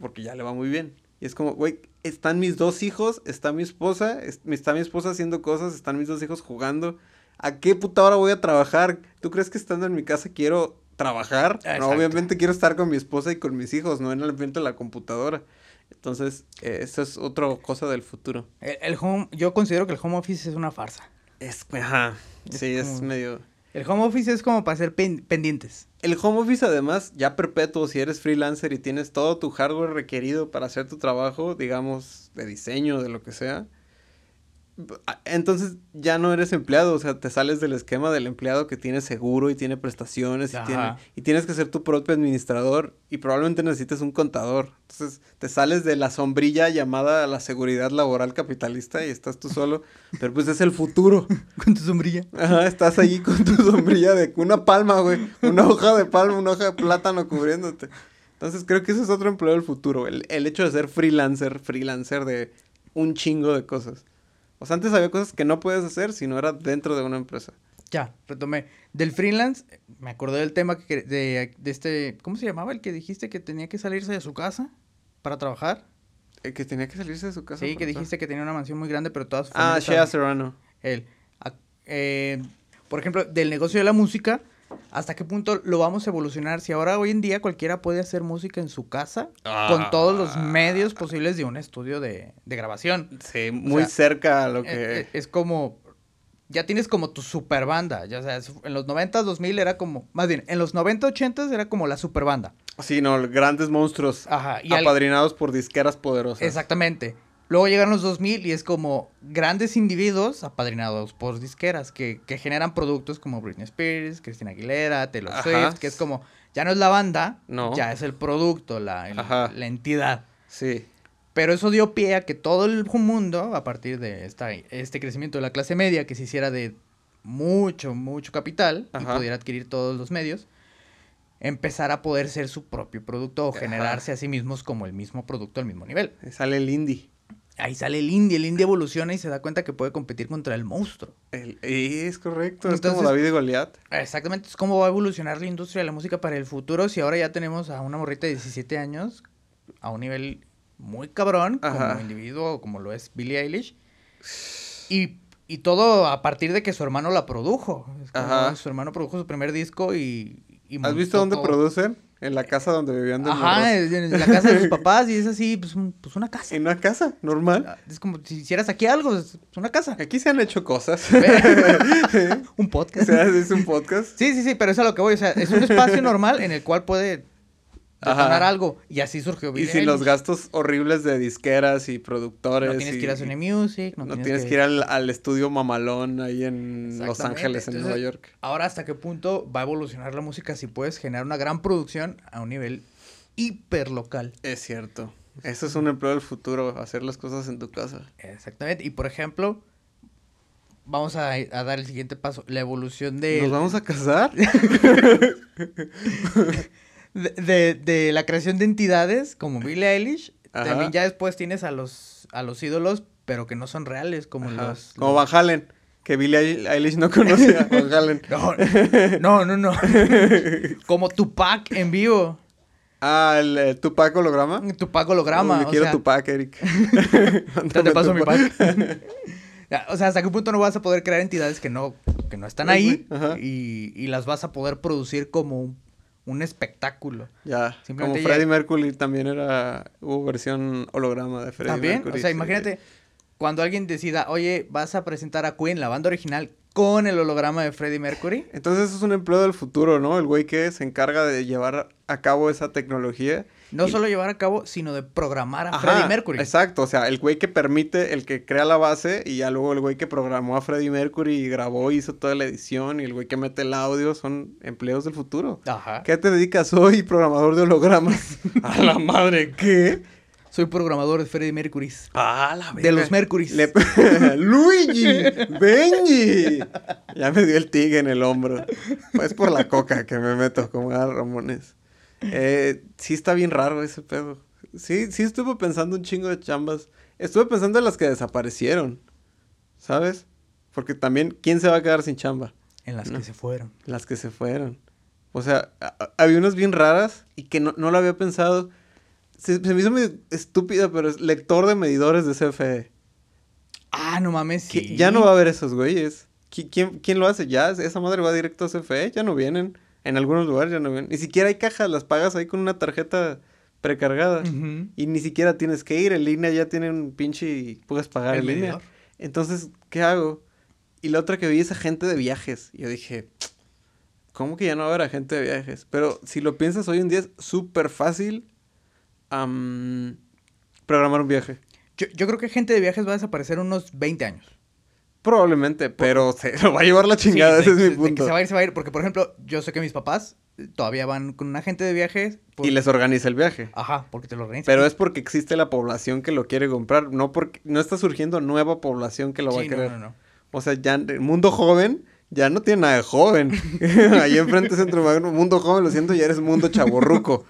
S1: Porque ya le va muy bien. Y es como, güey, están mis dos hijos, está mi esposa, es- está mi esposa haciendo cosas, están mis dos hijos jugando. ¿A qué puta hora voy a trabajar? ¿Tú crees que estando en mi casa quiero trabajar?
S2: Ah,
S1: No,
S2: exacto.
S1: obviamente quiero estar con mi esposa y con mis hijos, no en el frente de la computadora. Entonces, eh, esa es otra cosa del futuro.
S2: El, el home, yo considero que el home office es una farsa.
S1: Es, ajá,
S2: Es
S1: sí, es
S2: como-
S1: medio...
S2: El home office es como para ser pen- pendientes.
S1: El home office además ya perpetuo, si eres freelancer y tienes todo tu hardware requerido para hacer tu trabajo, digamos, de diseño, de lo que sea, b- a- entonces ya no eres empleado, o sea, te sales del esquema del empleado que tiene seguro y tiene prestaciones y,
S2: Ajá.
S1: tiene, y tienes que ser tu propio administrador y probablemente necesites un contador. Entonces te sales de la sombrilla llamada la seguridad laboral capitalista y estás tú solo, pero pues es el futuro.
S2: Con tu sombrilla.
S1: Ajá, estás allí con tu sombrilla de una palma, güey. Una hoja de palma, una hoja de plátano cubriéndote. Entonces creo que ese es otro empleo del futuro. El, el hecho de ser freelancer, freelancer de un chingo de cosas. O sea, antes había cosas que no podías hacer si no era dentro de una empresa.
S2: Ya, retomé. Del freelance, eh, me acordé del tema que, quer- de, de este, ¿cómo se llamaba? El que dijiste que tenía que salirse de su casa para trabajar.
S1: El Eh, que tenía que salirse de su casa.
S2: Sí,
S1: para
S2: que
S1: entrar.
S2: dijiste que tenía una mansión muy grande, pero todas...
S1: Ah, Shea Serrano.
S2: El, a- eh, por ejemplo, del negocio de la música, ¿hasta qué punto lo vamos a evolucionar? Si ahora hoy en día cualquiera puede hacer música en su casa con todos
S1: Ah.
S2: los medios posibles de un estudio de, de grabación.
S1: Sí, muy
S2: sea,
S1: cerca a lo
S2: Eh, eh,
S1: que...
S2: es como... Ya tienes como tu super banda. Ya sabes, en los 90, 2000 era como... Más bien, en los 90, 80 era como la super banda.
S1: Sí, no, grandes monstruos
S2: Ajá. ah, Y al-
S1: apadrinados por disqueras poderosas.
S2: Exactamente. Luego llegan los 2000 y es como grandes individuos apadrinados por disqueras que, que generan productos como Britney Spears, Christina Aguilera, Taylor
S1: Ajá.
S2: Swift, que es como, ya no es la banda,
S1: No.
S2: ya es el producto, la, el-
S1: Ajá.
S2: la entidad.
S1: Sí.
S2: Pero eso dio pie a que todo el mundo, a partir de esta, este crecimiento de la clase media, que se hiciera de mucho, mucho capital y
S1: Ajá.
S2: pudiera adquirir todos los medios, empezara a poder ser su propio producto o
S1: Ajá.
S2: generarse a sí mismos como el mismo producto al mismo nivel.
S1: Sale el indie.
S2: Ahí sale el indie, el indie evoluciona y se da cuenta que puede competir contra el monstruo.
S1: El- es correcto, es como
S2: Entonces-
S1: David y Goliat.
S2: Exactamente, es cómo va a evolucionar la industria de la música para el futuro si ahora ya tenemos a una morrita de 17 años a un nivel muy cabrón
S1: Ajá.
S2: como individuo, como lo es Billie Eilish. Y, y todo a partir de que su hermano la produjo. Es como
S1: Ajá.
S2: Su hermano produjo su primer disco y... y
S1: ¿Has
S2: montó
S1: visto dónde
S2: todo.
S1: producen? En la casa donde vivían de morros.
S2: Ajá, en la casa de sus papás y es así, pues, un- pues una casa.
S1: En una casa, normal.
S2: Es como si hicieras aquí algo, es una casa.
S1: Aquí se han hecho cosas.
S2: un
S1: o
S2: podcast.
S1: sea, es un podcast.
S2: Sí, sí, sí, pero es a lo que voy. O sea, es un espacio normal en el cual puede detonar
S1: Ajá.
S2: algo. Y así surgió
S1: Y
S2: Billie
S1: sin los
S2: Eilish.
S1: gastos horribles de disqueras y productores.
S2: No tienes
S1: y-
S2: que ir a Sony Music.
S1: no tienes que ir al, al estudio mamalón ahí en Los
S2: Exactamente.
S1: Ángeles, en Nueva
S2: Entonces,
S1: York.
S2: Ahora, ¿hasta qué punto va a evolucionar la música si puedes generar una gran producción a un nivel hiperlocal?
S1: Es cierto. Eso es un empleo del futuro, hacer las cosas en tu casa.
S2: Exactamente. Y, por ejemplo, vamos a, a dar el siguiente paso. La evolución de...
S1: ¿Nos vamos a casar?
S2: de, de- de la creación de entidades como Billie Eilish.
S1: Ajá.
S2: También ya después tienes a los, a los ídolos, pero que no son reales, como
S1: Ajá.
S2: los...
S1: Como
S2: los-
S1: Van Halen, que Billie Eilish no conocía a Van Halen.
S2: No, no, no, no. como Tupac en vivo.
S1: Ah, el, eh, Tupac holograma.
S2: Tupac holograma.
S1: Yo
S2: o
S1: Oh, quiero
S2: sea,
S1: Tupac, Eric.
S2: te,
S1: Mándame
S2: paso mi
S1: Tupac.
S2: pack. Ya, o sea, ¿hasta qué punto no vas a poder crear entidades que no, que no están ahí
S1: Ajá.
S2: y, y las vas a poder producir como un, un espectáculo?
S1: Ya. Como
S2: Simplemente ya-
S1: Freddie Mercury también era. Hubo versión holograma de Freddie
S2: También,
S1: Mercury.
S2: o sea,
S1: sí.
S2: imagínate cuando alguien decida, oye, vas a presentar a Queen, la banda original, con el holograma de Freddie Mercury.
S1: Entonces eso es un empleo del futuro, ¿no? El güey que se encarga de llevar a cabo esa tecnología.
S2: No
S1: Y-
S2: solo llevar a cabo, sino de programar a
S1: Ajá,
S2: Freddie Mercury.
S1: Exacto, o sea, el güey que permite, el que crea la base y ya luego el güey que programó a Freddie Mercury y grabó, hizo toda la edición y el güey que mete el audio son empleos del futuro.
S2: Ajá.
S1: ¿Qué te dedicas hoy, programador de hologramas? a la madre, ¿qué?
S2: Soy programador de Freddie Mercury.
S1: Ah, la
S2: De
S1: verga.
S2: los Mercurys.
S1: Le- Luigi, Benji. Ya me dio el tigre en el hombro. Pues por la coca que me meto como a Ramones. Eh, sí está bien raro ese pedo. Sí, sí estuve pensando un chingo de chambas. Estuve pensando en las que desaparecieron, ¿sabes? Porque también, ¿quién se va a quedar sin chamba?
S2: En las
S1: No.
S2: que se fueron.
S1: Las que se fueron. O sea, a- a- había unas bien raras y que no, no lo había pensado. Se, se me hizo medio estúpida, pero es lector de medidores de E. CFE.
S2: Ah, no mames,
S1: Que
S2: sí.
S1: Ya no va a haber esos güeyes. Qui- ¿Quién, quién lo hace? Ya, esa madre va directo a CFE, ya no vienen. En algunos lugares ya no vienen. Ni siquiera hay cajas, las pagas ahí con una tarjeta precargada.
S2: Ujú.
S1: Y ni siquiera tienes que ir, en línea ya tienen un pinche y puedes pagar
S2: El
S1: en línea.
S2: medidor.
S1: Entonces, ¿qué hago? Y la otra que vi es agente de viajes. Y Yo dije, ¿cómo que ya no va a haber agente de viajes? Pero si lo piensas hoy en día es súper fácil am, programar un viaje.
S2: Yo, yo creo que gente de viajes va a desaparecer unos 20 años.
S1: Probablemente, pero se lo va a llevar la chingada,
S2: Sí,
S1: ese
S2: de-
S1: es
S2: de
S1: mi
S2: que se
S1: punto.
S2: va a ir, se va a ir. Porque, por ejemplo, yo sé que mis papás eh, todavía van con un agente de viajes. por- Ah,
S1: Y les organiza el viaje.
S2: Ajá, porque te lo organizan.
S1: Pero es porque existe la población que lo quiere comprar, no porque no está surgiendo nueva población que lo va
S2: Sí,
S1: a
S2: no,
S1: querer.
S2: no, no.
S1: O sea, ya el mundo joven ya no tiene nada de joven. Allí enfrente Centro Magno, mundo joven, lo siento, ya eres mundo chaborruco.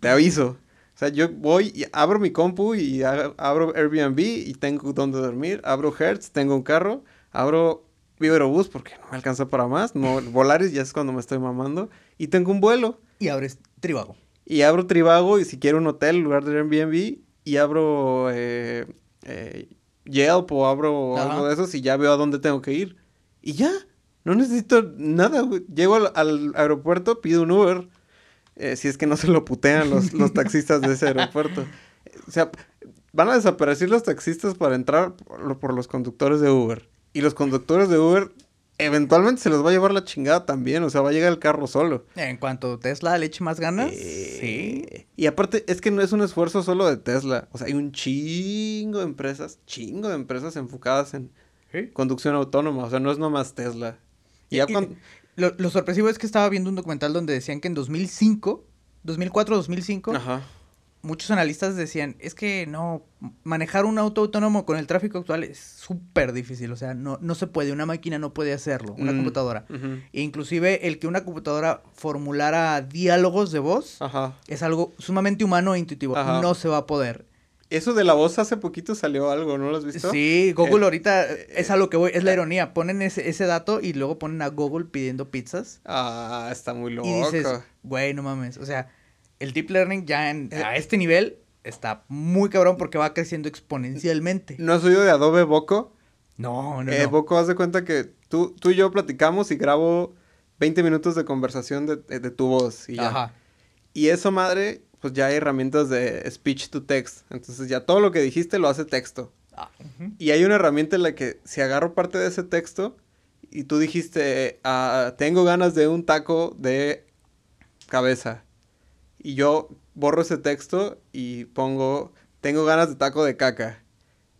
S1: Te aviso. O sea, yo voy y abro mi compu y a- abro Airbnb y tengo donde dormir. Abro Hertz, tengo un carro. Abro Viverobús porque no me alcanza para más. No, Volaris ya es cuando me estoy mamando. Y tengo un vuelo.
S2: Y abres Tribago.
S1: Y abro Tribago y si quiero un hotel en lugar de Airbnb. Y abro eh, eh, Yelp o abro
S2: Ajá.
S1: algo de esos y ya veo a dónde tengo que ir. Y ya, no necesito nada. güey. Llego al, al aeropuerto, pido un Uber. eh, si es que no se lo putean los, los taxistas de ese aeropuerto. O sea, van a desaparecer los taxistas para entrar por, por los conductores de Uber. Y los conductores de Uber eventualmente se los va a llevar la chingada también. O sea, va a llegar el carro solo.
S2: En cuanto Tesla le eche más ganas. Sí.
S1: Eh, Y aparte, es que no es un esfuerzo solo de Tesla. O sea, hay un chingo de empresas, chingo de empresas enfocadas en conducción autónoma. O sea, no es nomás Tesla. Y ya
S2: Y-
S1: cuan-
S2: Lo, lo sorpresivo es que estaba viendo un documental donde decían que en 2005, 2004, 2005,
S1: Ajá.
S2: muchos analistas decían, es que no, manejar un auto autónomo con el tráfico actual es súper difícil, o sea, no, no se puede, una máquina no puede hacerlo, una
S1: Mm,
S2: computadora.
S1: ujú.
S2: E inclusive el que una computadora formulara diálogos de voz
S1: Ajá.
S2: es algo sumamente humano e intuitivo,
S1: Ah. Ajá.
S2: no se va a poder.
S1: Eso de la voz hace poquito salió algo, ¿no lo has visto?
S2: Sí, Google
S1: Eh,
S2: ahorita es a lo que voy, es la ironía, ponen ese, ese dato y luego ponen a Google pidiendo pizzas.
S1: Ah, está muy loco.
S2: Y dices, güey, no mames. O sea, el deep learning ya en-
S1: Eh.
S2: a este nivel está muy cabrón porque va creciendo exponencialmente.
S1: ¿No has oído de Adobe Boco?
S2: eh, No, no,
S1: eh,
S2: no.
S1: Boco, haz de cuenta que tú, tú y yo platicamos y grabo 20 minutos de conversación de, eh, de tu voz. Y ya.
S2: Ajá.
S1: Y eso, madre, pues ya hay herramientas de speech to text. Entonces ya todo lo que dijiste lo hace texto.
S2: Ah, ujú.
S1: Y hay una herramienta en la que si agarro parte de ese texto y tú dijiste, ah, tengo ganas de un taco de cabeza. Y yo borro ese texto y pongo, tengo ganas de taco de caca.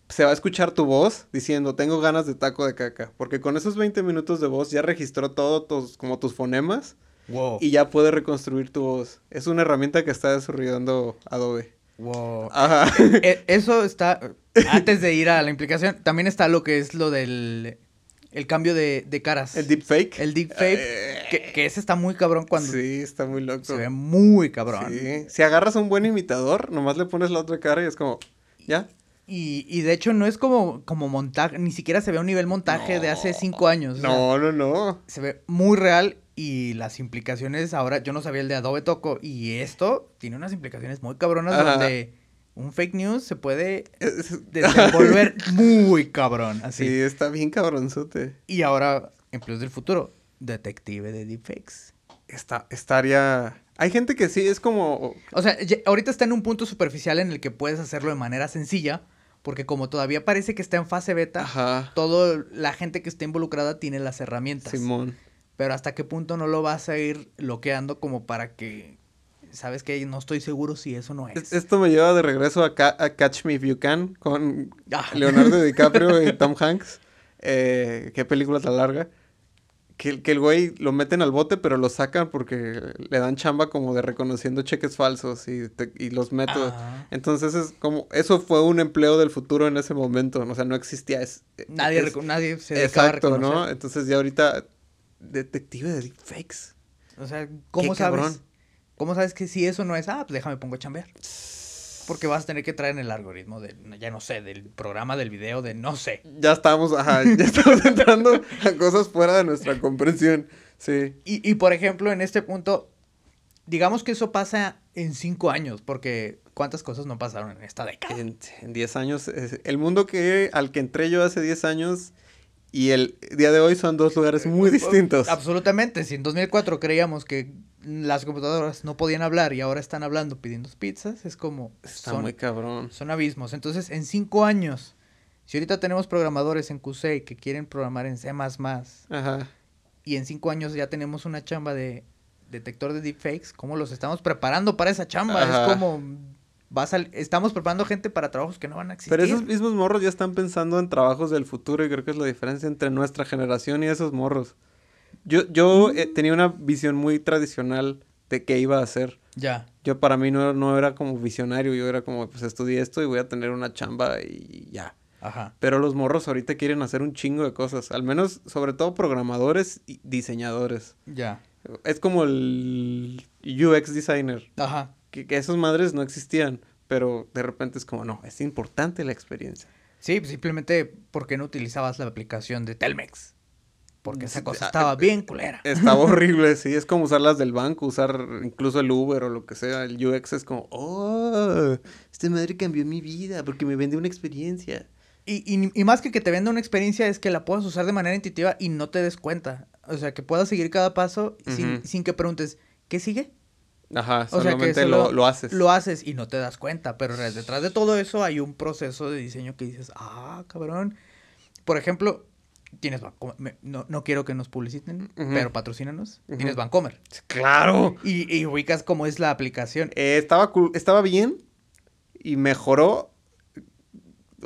S1: Se va a escuchar tu voz diciendo, tengo ganas de taco de caca. Porque con esos 20 minutos de voz ya registró todos tus, como tus fonemas
S2: Wow.
S1: y ya puede reconstruir tu voz. Es una herramienta que está desarrollando Adobe.
S2: Wow.
S1: Ajá.
S2: Eh, eso está. Antes de ir a la implicación, también está lo que es lo del. El cambio de, de caras.
S1: El deepfake.
S2: El deepfake. que, que ese está muy cabrón cuando
S1: Sí, está muy loco.
S2: se ve muy cabrón.
S1: Sí. Si agarras a un buen imitador, nomás le pones la otra cara y es como, ¿ya?
S2: Y, y de hecho no es como, como montaje, ni siquiera se ve a un nivel montaje de hace cinco años. o sea,
S1: No, no, no.
S2: se ve muy real y las implicaciones ahora, yo no sabía el de Adobe Toco y esto tiene unas implicaciones muy cabronas
S1: Ajá.
S2: donde un fake news se puede
S1: Es- es-
S2: desenvolver muy cabrón, así.
S1: Sí, está bien cabronzote.
S2: Y ahora, empleos del futuro, detective de deepfakes.
S1: Está, estaría... Hay gente que sí, es como...
S2: O sea, ya- ahorita está en un punto superficial en el que puedes hacerlo de manera sencilla, porque como todavía parece que está en fase beta,
S1: Ajá.
S2: toda la gente que está involucrada tiene las herramientas.
S1: Simón.
S2: Pero hasta qué punto no lo vas a ir bloqueando como para que. Sabes que no estoy seguro si eso no es.
S1: Es- Esto me lleva de regreso a, Ca- a Catch Me If You Can con
S2: Ah.
S1: Leonardo DiCaprio y Tom Hanks. Eh, qué película tan larga. Que, el- que el güey lo meten al bote, pero lo sacan porque le dan chamba como de reconociendo cheques falsos y, te- y los métodos.
S2: Ah.
S1: Entonces es como, eso fue un empleo del futuro en ese momento. O sea, no existía. Es, eh,
S2: nadie,
S1: es-
S2: reco- nadie se dedicaba a
S1: Exacto, ¿no?
S2: reconocer.
S1: Entonces ya ahorita, detective de fakes.
S2: O sea, ¿cómo
S1: Qué
S2: sabes?
S1: cabrón.
S2: ¿Cómo sabes que si eso no es? Ah, pues déjame pongo a chambear. Porque vas a tener que traer en el algoritmo de, ya no sé, del programa, del video, de no sé.
S1: Ya estamos, ajá, ya estamos entrando a cosas fuera de nuestra comprensión. Sí.
S2: Y, y, por ejemplo, en este punto, digamos que eso pasa en cinco años, porque ¿cuántas cosas no pasaron en esta década?
S1: En, en 10 años, es- el mundo que al que entré yo hace 10 años y el día de hoy son dos lugares muy
S2: pues,
S1: distintos.
S2: Eh, Absolutamente. Si en 2004 creíamos que las computadoras no podían hablar y ahora están hablando pidiendo pizzas, es como...
S1: Está
S2: son-
S1: muy cabrón.
S2: Son abismos. Entonces, en cinco años, si ahorita tenemos programadores en QC que quieren programar en C++,
S1: Ajá.
S2: y en cinco años ya tenemos una chamba de detector de deepfakes, ¿cómo los estamos preparando para esa chamba?
S1: Ajá.
S2: Es como, vas al- estamos preparando gente para trabajos que no van a existir.
S1: Pero esos mismos morros ya están pensando en trabajos del futuro y creo que es la diferencia entre nuestra generación y esos morros. Yo, yo eh, tenía una visión muy tradicional de qué iba a hacer.
S2: Ya.
S1: Yo para mí no, no era como visionario, yo era como, pues estudié esto y voy a tener una chamba y ya.
S2: Ajá.
S1: Pero los morros ahorita quieren hacer un chingo de cosas, al menos sobre todo programadores y diseñadores.
S2: Ya.
S1: Es como el UX designer,
S2: Ajá.
S1: que, que esas madres no existían, pero de repente es como, no, es importante la experiencia.
S2: Sí, pues, simplemente porque no utilizabas la aplicación de Telmex. Porque esa cosa
S1: Ah,
S2: estaba bien culera.
S1: Estaba horrible, sí. Es como usar las del banco, usar incluso el Uber o lo que sea. El UX es como, oh, esta madre cambió mi vida porque me vendió una experiencia.
S2: Y, y- y más que que te venda una experiencia es que la puedas usar de manera intuitiva y no te des cuenta. O sea, que puedas seguir cada paso sin,
S1: Ujú.
S2: sin que preguntes, ¿qué sigue?
S1: Ajá,
S2: O sea, que
S1: solamente
S2: solo
S1: lo, lo haces.
S2: Lo haces y no te das cuenta, pero re- detrás de todo eso hay un proceso de diseño que dices, ah, cabrón. Por ejemplo, tienes Bancomer. me- No, no quiero que nos publiciten,
S1: Ujú.
S2: pero patrocínanos.
S1: Ujú.
S2: Tienes Bancomer.
S1: ¡Claro!
S2: Y, y ubicas cómo es la aplicación.
S1: Eh, estaba, cu- estaba bien y mejoró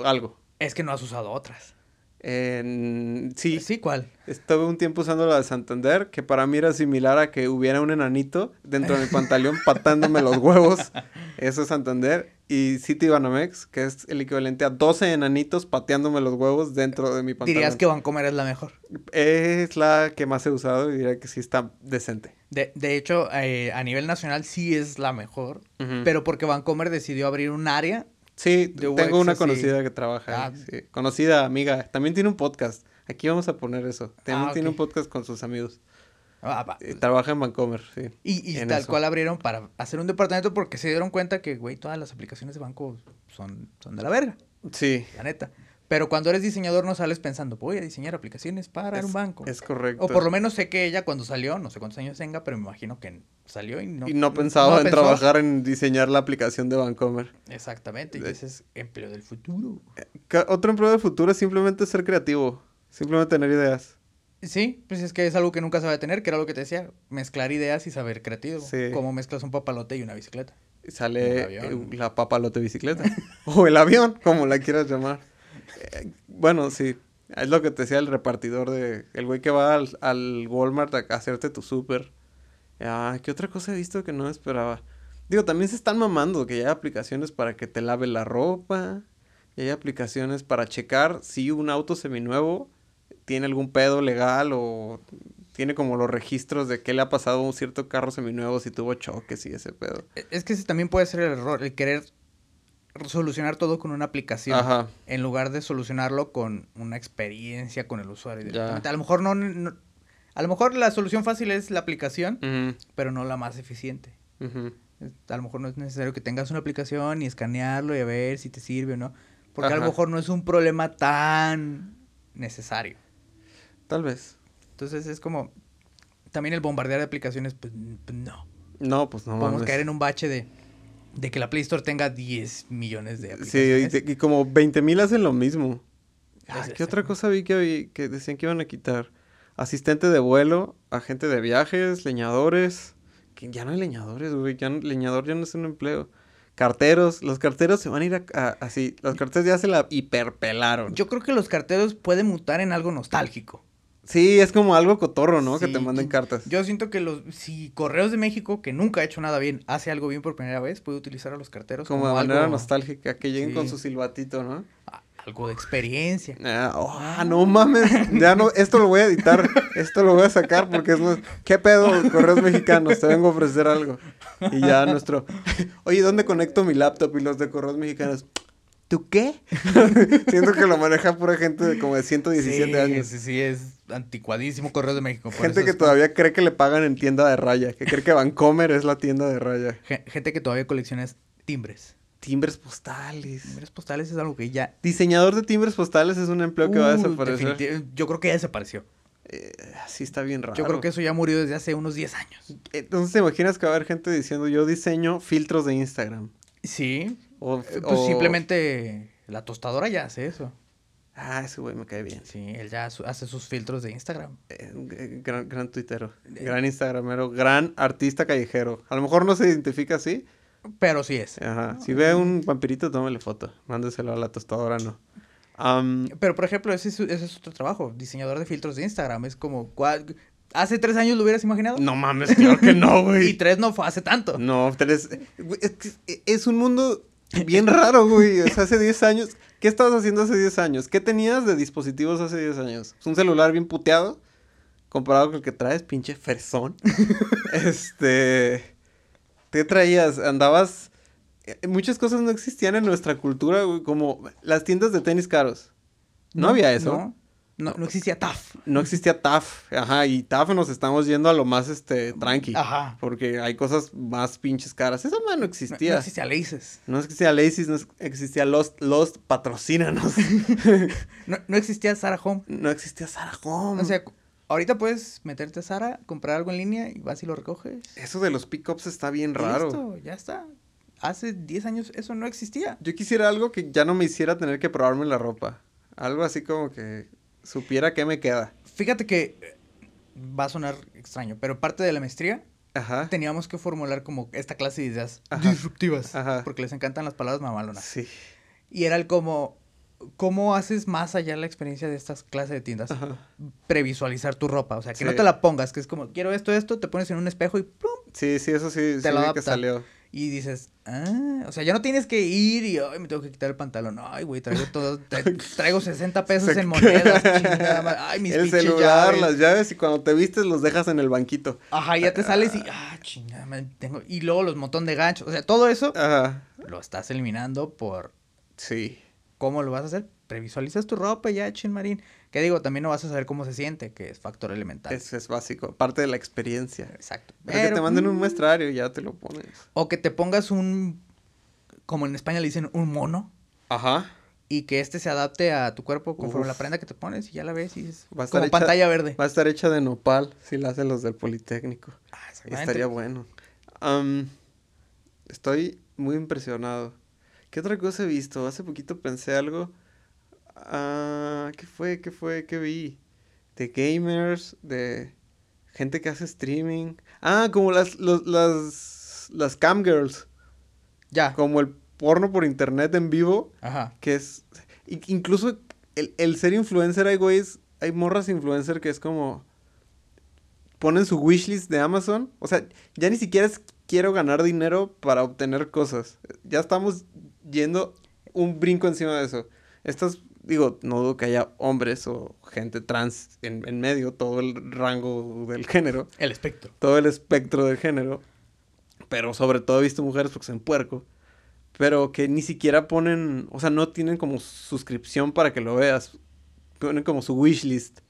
S1: algo.
S2: Es que no has usado otras.
S1: En- sí,
S2: Sí, ¿cuál?
S1: estuve un tiempo usando la de Santander, que para mí era similar a que hubiera un enanito dentro de mi pantalón patándome los huevos. Eso es Santander. Y City Banamex, que es el equivalente a 12 enanitos pateándome los huevos dentro de mi pantalón.
S2: Dirías que Bancomer es la mejor.
S1: Es la que más he usado y diría que sí está decente.
S2: De, de hecho, eh, a nivel nacional sí es la mejor,
S1: Mm.
S2: pero porque Bancomer decidió abrir un área.
S1: Sí,
S2: de UX,
S1: tengo una
S2: así.
S1: conocida que trabaja. ahí,
S2: Ah.
S1: sí. Conocida, amiga. También tiene un podcast. Aquí vamos a poner eso. También
S2: Ah,
S1: tiene
S2: ok.
S1: un podcast con sus amigos.
S2: Ah, va.
S1: Eh, trabaja en Vancomer, sí.
S2: Y, y
S1: en
S2: tal
S1: eso.
S2: cual abrieron para hacer un departamento porque se dieron cuenta que, güey, todas las aplicaciones de banco son, son de la verga,
S1: Sí.
S2: la neta. Pero cuando eres diseñador no sales pensando, voy a diseñar aplicaciones para
S1: es,
S2: un banco.
S1: Es correcto.
S2: o por lo menos sé que ella cuando salió, no sé cuántos años tenga, pero me imagino que salió y no...
S1: y no pensaba en
S2: pensó.
S1: trabajar en diseñar la aplicación de Vancomer.
S2: Exactamente, y
S1: De-
S2: ese es empleo del futuro.
S1: Ca- Otro empleo del futuro es simplemente ser creativo. Simplemente tener ideas.
S2: Sí, pues es que es algo que nunca se va a tener, que era lo que te decía, mezclar ideas y saber creativo.
S1: Sí.
S2: Como mezclas un papalote y una bicicleta.
S1: Y Sale
S2: El avión.
S1: eh, la papalote bicicleta. o el avión, como la quieras llamar. Eh, bueno, sí. Es lo que te decía el repartidor de... El güey que va al, al Walmart a, a hacerte tu súper. Ah, ¿qué otra cosa he visto que no esperaba? Digo, también se están mamando que ya hay aplicaciones para que te lave la ropa. Y hay aplicaciones para checar si un auto seminuevo tiene algún pedo legal o tiene como los registros de qué le ha pasado a un cierto carro seminuevo, si tuvo choques y ese pedo.
S2: E- Es que ese también puede ser el error, el querer solucionar todo con una aplicación.
S1: Ajá.
S2: En lugar de solucionarlo con una experiencia con el usuario.
S1: Ya.
S2: directamente. A lo mejor no, no- A lo mejor la solución fácil es la aplicación,
S1: Ujú,
S2: pero no la más eficiente.
S1: ujú.
S2: Es- A lo mejor no es necesario que tengas una aplicación y escanearlo y a ver si te sirve o no. Porque a lo
S1: Ajá.
S2: mejor no es un problema tan necesario.
S1: Tal vez.
S2: Entonces es como. También el bombardear de aplicaciones, pues, n- pues, no.
S1: No, pues no
S2: Podemos
S1: mames.
S2: caer en un bache de, de que la Play Store tenga 10 millones de
S1: Sí, y,
S2: aplicaciones.
S1: te- y como 20 mil hacen lo mismo. Ah,
S2: Es- es-
S1: ¿Qué otra cosa vi que, vi que decían que iban a quitar? Asistente de vuelo, agente de viajes, leñadores. Que ya no hay leñadores, güey. Ya no- leñador ya no es un empleo. Carteros. Los carteros se van a ir a, a- así. Los carteros ya se la hiperpelaron.
S2: Yo creo que los carteros pueden mutar en algo nostálgico.
S1: Sí, es como algo cotorro, ¿no? que
S2: Sí,
S1: te manden cartas.
S2: Yo siento que los si Correos de México, que nunca ha hecho nada bien, hace algo bien por primera vez, puede utilizar a los carteros
S1: como
S2: como,
S1: de manera
S2: algo-
S1: nostálgica. Que lleguen con
S2: Sí.
S1: su silbatito, ¿no?
S2: a- algo de experiencia.
S1: Ah, oh, ah, no mames. Ya no, esto lo voy a editar. Esto lo voy a sacar porque es. nues- ¿Qué pedo, correos mexicanos? Te vengo a ofrecer algo. Y ya nuestro. Oye, ¿dónde conecto mi laptop? Y los de correos mexicanos. ¿Tú qué? Siento que lo maneja pura gente de como de 117
S2: sí,
S1: años.
S2: Sí, sí, es anticuadísimo Correos de México. por
S1: Gente
S2: eso
S1: que
S2: es-
S1: todavía cree que le pagan en tienda de raya, que cree que Vancomer es la tienda de raya.
S2: gen- Gente que todavía colecciona es timbres.
S1: Timbres postales.
S2: Timbres postales es algo que ya...
S1: Diseñador de timbres postales es un empleo que va a
S2: Uh,
S1: desaparecer.
S2: definitiv- Yo creo que ya desapareció.
S1: Eh, sí, está bien raro.
S2: Yo creo que eso ya murió desde hace unos 10 años.
S1: Entonces, ¿te imaginas que va a haber gente diciendo yo diseño filtros de Instagram?
S2: Sí.
S1: O,
S2: eh, Pues
S1: o-
S2: simplemente la tostadora ya hace eso.
S1: Ah, ese güey me cae bien.
S2: Sí, él ya su- hace sus filtros de Instagram.
S1: Eh, eh, gran, gran tuitero,
S2: Eh.
S1: gran instagramero, gran artista callejero. A lo mejor no se identifica así.
S2: Pero sí es.
S1: Ajá. Si ve un vampirito, tómale foto. Mándeselo a la tostadora, no. Am,
S2: Pero, por ejemplo, ese es, su- ese es otro trabajo. Diseñador de filtros de Instagram. Es como... ¿cuál- ¿Hace tres años lo hubieras imaginado?
S1: no mames, claro que no,
S2: Y
S1: güey.
S2: tres no fue hace tanto.
S1: No, tres. güey, Es, que es un mundo bien raro, güey. O sea, hace 10 años. ¿Qué estabas haciendo hace 10 años? ¿Qué tenías de dispositivos hace 10 años? ¿Un celular bien puteado? Comparado con el que traes, pinche fersón. este. ¿Qué traías? Andabas. eh, Muchas cosas no existían en nuestra cultura, güey, como las tiendas de tenis caros. No, había eso.
S2: No, no, no existía TAF.
S1: No existía TAF, ajá, y TAF nos estamos yendo a lo más, este, tranqui.
S2: Ajá.
S1: Porque hay cosas más pinches caras. Esa madre no
S2: No,
S1: existía.
S2: no
S1: No,
S2: existía Laces.
S1: existía Lazy's, no es- existía Lost, Lost, patrocínanos.
S2: No, no existía Sara Home.
S1: no existía Sarah Home.
S2: O sea, cu- ahorita puedes meterte a Sara, comprar algo en línea y vas y lo recoges.
S1: Eso de los pickups está bien
S2: Y
S1: raro.
S2: Listo, ya está. Hace 10 años eso no existía.
S1: Yo quisiera algo que ya no me hiciera tener que probarme la ropa. Algo así como que supiera qué me queda.
S2: Fíjate que eh, va a sonar extraño, pero parte de la maestría
S1: Ajá.
S2: teníamos que formular como esta clase de ideas
S1: Ajá.
S2: disruptivas,
S1: Ajá.
S2: porque les encantan las palabras mamalonas.
S1: Sí.
S2: Y era el como, ¿cómo haces más allá la experiencia de estas clases de tiendas?
S1: Ajá.
S2: previsualizar tu ropa. O sea, que no
S1: Sí.
S2: te la pongas, que es como, quiero esto, esto, te pones en un espejo y ¡plum!
S1: Sí, sí, eso sí, sí vi
S2: lo
S1: que
S2: adapta.
S1: salió.
S2: Y dices, ah, o sea, ya no tienes que ir y, ay, me tengo que quitar el pantalón. Ay, güey, traigo todo, tra- traigo 60 pesos en monedas, chingada madre. Ay, mis
S1: el
S2: pinches
S1: celular,
S2: llaves.
S1: las llaves y cuando te vistes los dejas en el banquito.
S2: Ajá, ya te sales y, ah, chingada madre, tengo. Y luego los montón de ganchos. O sea, todo eso
S1: Ajá.
S2: lo estás eliminando por
S1: Sí.
S2: cómo lo vas a hacer. Previsualizas tu ropa ya, chin marín. Que digo, también no vas a saber cómo se siente, que es factor elemental.
S1: Eso es básico, parte de la experiencia.
S2: Exacto.
S1: Pero que te
S2: mm.
S1: manden un muestrario y ya te lo pones.
S2: O que te pongas un, como en España le dicen, un mono.
S1: Ajá.
S2: Y que este se adapte a tu cuerpo conforme
S1: Uf.
S2: la prenda que te pones y ya la ves y es
S1: Va a estar
S2: como
S1: hecha-
S2: pantalla verde.
S1: Va a estar hecha de nopal si la hacen los del Politécnico.
S2: Ah, exactamente.
S1: Estaría bueno. Am, estoy muy impresionado. ¿Qué otra cosa he visto? Hace poquito pensé algo. Ah, ¿Qué fue? ¿Qué fue? ¿Qué vi? De gamers, de gente que hace streaming. Ah, como las, los- las, las cam girls.
S2: Ya.
S1: Como el porno por internet en vivo.
S2: Ajá.
S1: que es in- incluso el, el ser influencer hay güeyes, hay morras influencer que es como ponen su wishlist de Amazon, o sea, ya ni siquiera es quiero ganar dinero para obtener cosas. Ya estamos yendo un brinco encima de eso. Estas digo, no dudo que haya hombres o gente trans en, en medio, todo el rango del género
S2: El espectro.
S1: todo el espectro del género, pero sobre todo he visto mujeres porque son puerco, pero que ni siquiera ponen, o sea, no tienen como suscripción para que lo veas, ponen como su wishlist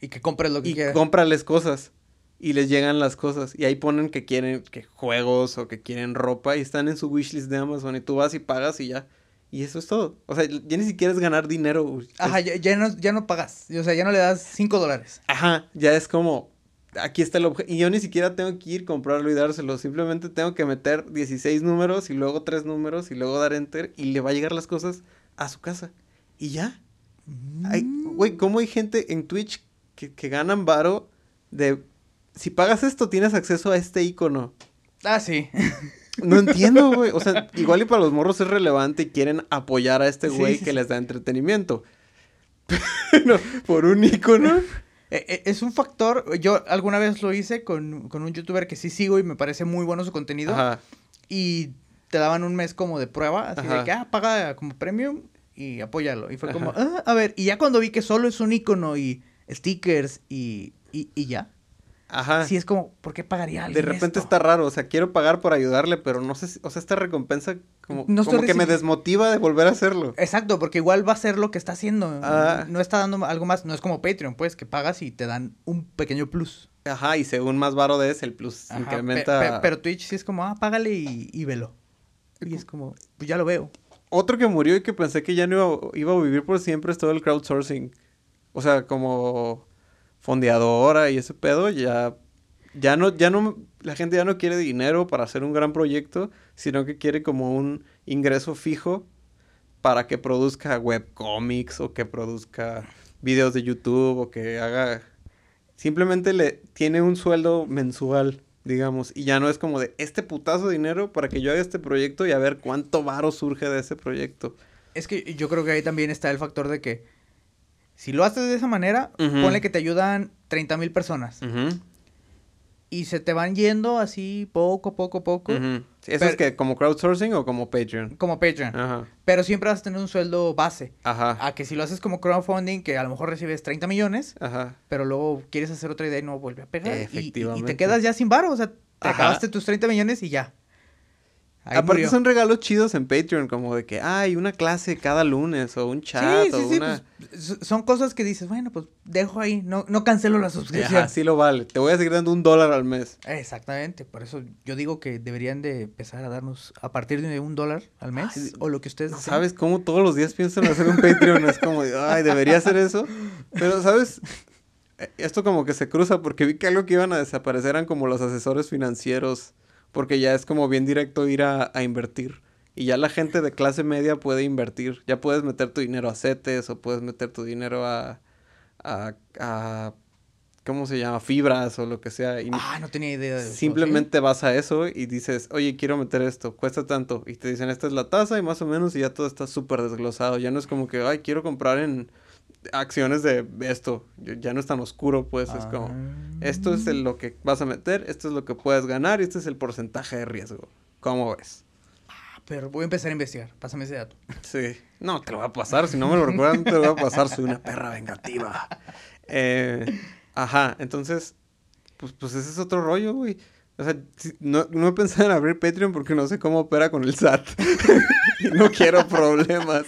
S2: Y que compres lo que
S1: y
S2: quieras.
S1: cómprales cosas y les llegan las cosas y ahí ponen que quieren que juegos o que quieren ropa y están en su wishlist de Amazon y tú vas y pagas y ya. Y eso es todo. O sea, ya ni siquiera es ganar dinero. güey. Es-
S2: Ajá, ya, ya no, ya no pagas. O sea, ya no le das 5 dólares.
S1: Ajá, ya es como, aquí está el objeto. Y yo ni siquiera tengo que ir, comprarlo y dárselo. Simplemente tengo que meter 16 números y luego 3 números y luego dar enter y le va a llegar las cosas a su casa. Y ya. Ay,
S2: Mm.
S1: güey, ¿cómo hay gente en Twitch que, que ganan varo de... Si pagas esto, tienes acceso a este icono.
S2: Ah, sí.
S1: No entiendo, güey. O sea, igual y para los morros es relevante y quieren apoyar a este
S2: Sí,
S1: güey
S2: sí,
S1: que
S2: sí.
S1: les da entretenimiento. Pero por un icono.
S2: E- e- es un factor. Yo alguna vez lo hice con, con un youtuber que sí sigo y me parece muy bueno su contenido.
S1: Ajá.
S2: Y te daban un mes como de prueba. Así
S1: Ajá.
S2: de que, ah, paga como premium y apóyalo. Y fue como, "Ah, a ver, y ya cuando vi que solo es un icono y stickers y, y, y ya.
S1: Ajá.
S2: Sí, es como, ¿por qué pagaría
S1: Ah. de
S2: alguien
S1: repente
S2: esto?
S1: está raro, o sea, quiero pagar por ayudarle, pero no sé, si- o sea, esta recompensa como,
S2: No estoy
S1: como que me
S2: recibi-
S1: desmotiva de volver a hacerlo.
S2: Exacto, porque igual va a ser lo que está haciendo.
S1: Ah.
S2: No está dando algo más. No es como Patreon, pues, que pagas y te dan un pequeño plus.
S1: Ajá, y según más varo es, el plus
S2: Ajá,
S1: incrementa.
S2: pe- pe- pero Twitch sí es como, ah, págale y, y velo. Y es como, pues ya lo veo.
S1: Otro que murió y que pensé que ya no iba, iba a vivir por siempre es todo el crowdsourcing. O sea, como fondeadora y ese pedo, ya, ya no, ya no, la gente ya no quiere dinero para hacer un gran proyecto, sino que quiere como un ingreso fijo para que produzca webcomics o que produzca videos de YouTube o que haga... Simplemente le tiene un sueldo mensual, digamos, y ya no es como de este putazo de dinero para que yo haga este proyecto y a ver cuánto varo surge de ese proyecto.
S2: Es que yo creo que ahí también está el factor de que si lo haces de esa manera,
S1: Ujú.
S2: ponle que te ayudan 30 mil personas. Y se te van yendo así poco, poco, poco,
S1: Ujú. Sí, ¿Eso
S2: Pero-
S1: es que como crowdsourcing o como Patreon?
S2: como Patreon.
S1: Ajá.
S2: Pero siempre vas a tener un sueldo base.
S1: Ajá.
S2: A que si lo haces como crowdfunding, que a lo mejor recibes 30 millones,
S1: Ajá.
S2: pero luego quieres hacer otra idea y no vuelve a pegar. Y- y- Y,
S1: Efectivamente.
S2: te quedas ya sin varo, o sea, te
S1: Ajá.
S2: acabaste tus 30 millones y ya. Ahí
S1: Aparte
S2: murió.
S1: son regalos chidos en Patreon, como de que hay una clase cada lunes o un chat
S2: Sí, sí,
S1: o
S2: sí,
S1: una...
S2: pues, so- son cosas que dices, bueno, pues dejo ahí, no, no cancelo la suscripción.
S1: Ajá, sí lo vale. Te voy a seguir dando un dólar al mes.
S2: Exactamente, por eso yo digo que deberían de empezar a darnos a partir de un dólar al mes
S1: Ay,
S2: o lo que ustedes
S1: No
S2: deseen.
S1: ¿Sabes cómo todos los días pienso en hacer un Patreon? Es como, de, ay, debería hacer eso. Pero, ¿sabes? Eh, Esto como que se cruza porque vi que algo que iban a desaparecer eran como los asesores financieros. Porque ya es como bien directo ir a, a invertir. Y ya la gente de clase media puede invertir. Ya puedes meter tu dinero a CETES o puedes meter tu dinero a... a, a- ¿Cómo se llama? Fibras o lo que sea. Y-
S2: Ah, no tenía idea de eso. ¿sí?
S1: Simplemente vas a eso y dices, oye, quiero meter esto, cuesta tanto. Y te dicen, esta es la tasa y más o menos y ya todo está súper desglosado. Ya no es como que, ay, quiero comprar en acciones de esto. Ya ya no es tan oscuro, pues es como,
S2: Ah.
S1: esto es el- lo que vas a meter, esto es lo que puedes ganar y este es el porcentaje de riesgo. ¿Cómo ves?
S2: Ah, Pero voy a empezar a investigar, pásame ese dato.
S1: Sí. No, te lo va a pasar. Si no me lo recuerdan, te lo va a pasar. Soy una perra vengativa. Eh, ajá, entonces, pues, pues ese es otro rollo, güey. O sea, si- no, no he pensado en abrir Patreon porque no sé cómo opera con el SAT. Y no quiero problemas.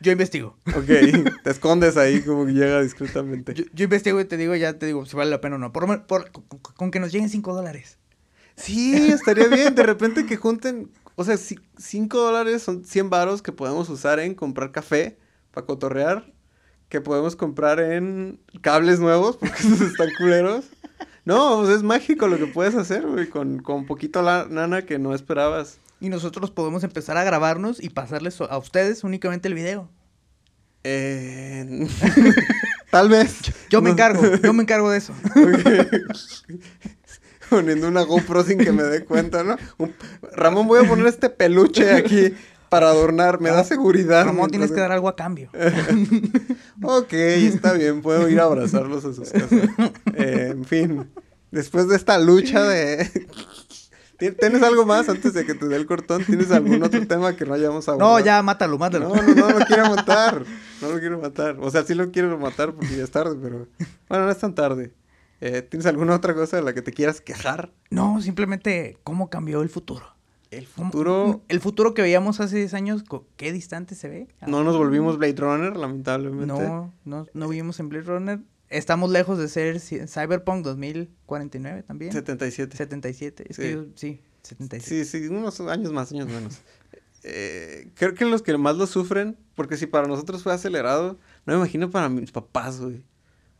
S2: Yo investigo.
S1: Ok, te escondes ahí como que llega discretamente.
S2: Yo, yo investigo y te digo, ya te digo si vale la pena o no. Por, lo men- por- con, con que nos lleguen 5 dólares.
S1: Sí, estaría bien. De repente que junten, o sea, 5 dólares son 100 varos que podemos usar en comprar café para cotorrear, que podemos comprar en cables nuevos, porque esos están culeros. No, pues es mágico lo que puedes hacer, güey, con, con poquito la nana que no esperabas.
S2: Y nosotros podemos empezar a grabarnos y pasarles a ustedes únicamente el video.
S1: Eh, Tal vez.
S2: Yo me
S1: No-
S2: encargo, yo me encargo de eso.
S1: Poniendo una GoPro sin que me dé cuenta, ¿no? Un- Ramón, voy a poner este peluche aquí para adornar. Me da seguridad.
S2: Ramón,
S1: Ah, mientras- Ah,
S2: tienes que dar algo a cambio.
S1: Ok, está bien, puedo ir a abrazarlos a sus casas. Eh, en fin, después de esta lucha de... ¿Tien- ¿Tienes algo más antes de que te dé el cortón? ¿Tienes algún otro tema que no hayamos
S2: No,
S1: abordado?
S2: ya, mátalo, mátalo.
S1: No, no, no lo quiero matar. No lo quiero matar. O sea, sí lo quiero matar porque ya es tarde, pero... Bueno, no es tan tarde. Eh, ¿Tienes alguna otra cosa de la que te quieras quejar?
S2: No, simplemente cómo cambió el futuro.
S1: El
S2: ¿Cómo-
S1: futuro...
S2: Mm, El futuro que veíamos hace 10 años, co- qué distante se ve. Ah,
S1: No nos volvimos Blade Runner, lamentablemente.
S2: mm. No, no, no vivimos en Blade Runner. Estamos lejos de ser ci- Cyberpunk 2049 también.
S1: 77.
S2: 77. Es que
S1: Sí.
S2: yo- sí, 77.
S1: Sí, sí, unos años más, años menos. Eh, creo que los que más lo sufren, porque si para nosotros fue acelerado, no me imagino para mis papás, güey.